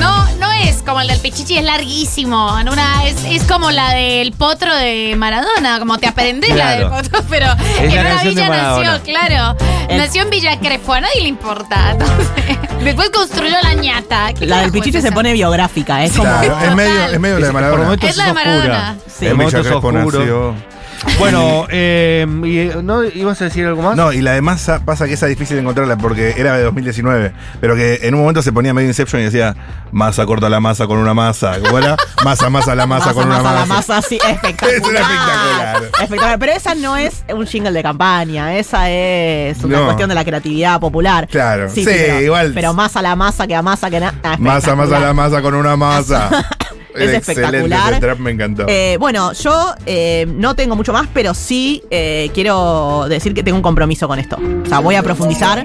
No, no es como el del Pichichi, es larguísimo. En una, es, es como la del potro de Maradona, como te aprendés la
Claro.
del potro, pero
Es
en
la
una
canción de
villa nació,
Maradona.
claro.
Eh.
Nació en Villa Crespo, a nadie le importa. Entonces, después construyó la ñata. ¿Qué
La del
carajo es
Pichichi
esa?
se pone biográfica, es como.
Claro, es medio, es medio la de Maradona.
momentos
Es la de
oscura.
Maradona.
En
Por
Villa
momentos
Crespo
oscuro.
nació.
Bueno, eh, y, eh, ¿no ibas a decir algo más?
No, y la de Massa pasa que esa es difícil de encontrarla porque era de 2019, pero que en un momento se ponía medio Inception y decía, masa corta la masa con una masa. ¿Cómo era? Masa, masa la masa, con una
masa,
masa.
la masa, sí, espectacular.
Es una espectacular.
Espectacular. Pero esa no es un jingle de campaña, esa es una
No.
cuestión de la creatividad popular.
Claro, sí,
pero,
igual.
Pero más a la masa que a masa que ah, nada.
masa, masa la masa con una masa.
Es
Era Excelente,
espectacular.
ese trap me encantó.
Eh, bueno, yo eh, no tengo mucho más, pero sí eh, quiero decir que tengo un compromiso con esto. O sea, voy a profundizar.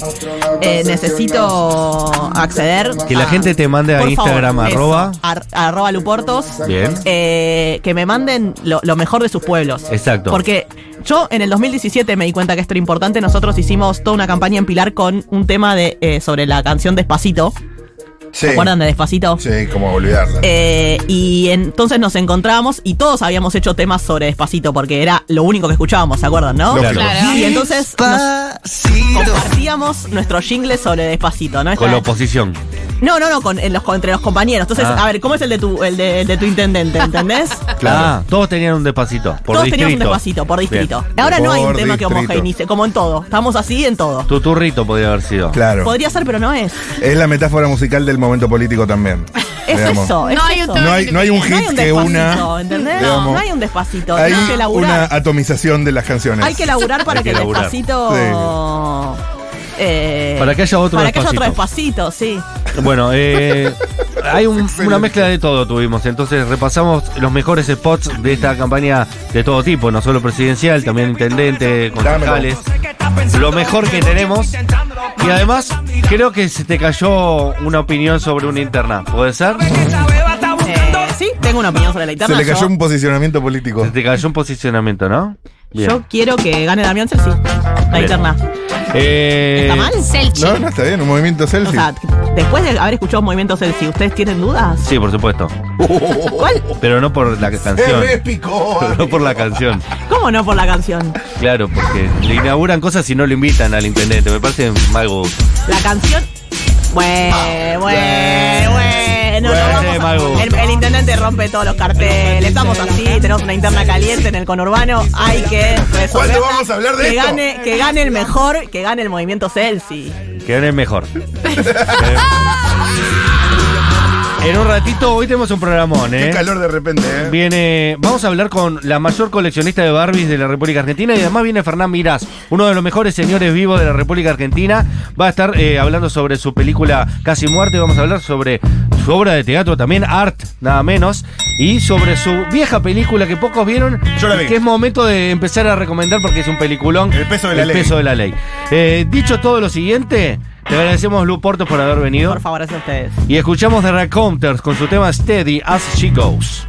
Eh, necesito acceder.
Que la
a-
gente te mande a
Ah. Por
Instagram,
favor, eso,
arroba.
ar- arroba Luportos.
Bien.
Eh, que me manden lo, lo mejor de sus pueblos.
Exacto.
Porque yo en el 2017 me di cuenta que esto era importante. Nosotros hicimos toda una campaña en Pilar con un tema de, eh, sobre la canción Despacito.
Sí.
¿Se acuerdan de Despacito?
Sí, como olvidarla.
Eh, y entonces nos encontramos y todos habíamos hecho temas sobre Despacito porque era lo único que escuchábamos, ¿se acuerdan, no?
Lógico. Claro.
Y entonces nos compartíamos nuestro jingle sobre Despacito, ¿no?
Con
Esta-
la oposición.
no, no, no, con, en los, con- entre los compañeros. Entonces,
Ah.
a ver, ¿cómo es el de tu, el de, el de tu intendente, entendés?
Claro.
Ah.
todos tenían un despacito. Por
Todos
distrito.
teníamos un despacito por distrito.
Bien.
Ahora no hay un
Por
tema que
distrito.
homogeneice, como en todo. Estamos así en todo.
Tuturrito podría haber sido.
Claro.
Podría ser, pero no es.
Es la metáfora musical del momento político también.
Es
digamos.
eso, es
No hay un
eso.
tema
No hay- no hay un hit que
despacito,
una-
¿entendés?
digamos,
no hay un despacito.
Hay
hay que
una
laburar.
atomización de las canciones.
Hay que laburar para
Hay
que,
que
el
laburar.
despacito. eh,
Para que haya otro
para que haya otro
Despacito.
despacito, sí.
Bueno, eh, hay un- una mezcla de todo tuvimos. Entonces repasamos los mejores spots de esta campaña de todo tipo, no solo presidencial, también intendente, concejales. Lo mejor que tenemos. Y además, creo que se te cayó una opinión sobre una interna. ¿Puede ser?
Eh, sí, tengo una opinión sobre la interna. yo,
posicionamiento político.
Se te cayó un posicionamiento, ¿no? Bien.
yo quiero que gane Damián Celsi. La
Bien.
interna.
Eh,
¿Está mal? Celsi.
No, no, está bien, un movimiento
O
selfie.
sea, después de haber escuchado Movimiento Celsi, ¿ustedes tienen dudas?
Sí, por supuesto.
¿Cuál?
Pero no por la canción. Pero no por la canción.
¿Cómo no por la canción?
Claro, porque le inauguran cosas y no lo invitan al intendente. Me parece mal gusto.
La canción. Bueno, bueno, bueno.
Bueno,
no vamos a-
mal gusto.
el, el intendente rompe todos los carteles. Estamos así, tenemos una interna caliente en el conurbano. Hay que resolverla.
¿Cuándo vamos a hablar de
que
esto?
Gane, que gane el mejor, que gane el movimiento Celsi.
Que no es mejor. En un ratito, hoy tenemos un programón, ¿eh?
Qué calor de repente, ¿eh?
Viene, vamos a hablar con la mayor coleccionista de Barbies de la República Argentina y además viene Fernán Mirás, uno de los mejores señores vivos de la República Argentina. Va a estar eh, hablando sobre su película Casi Muerte, vamos a hablar sobre su obra de teatro también, Art, nada menos, y sobre su vieja película que pocos vieron,
Yo la
y
vi.
que es momento de empezar a recomendar porque es un peliculón. El
peso de la ley.
peso de la ley. Eh, dicho todo lo siguiente, te agradecemos Lu Portos por haber venido
Por favor, gracias a ustedes.
y escuchamos The Raconteurs con su tema Steady as She Goes.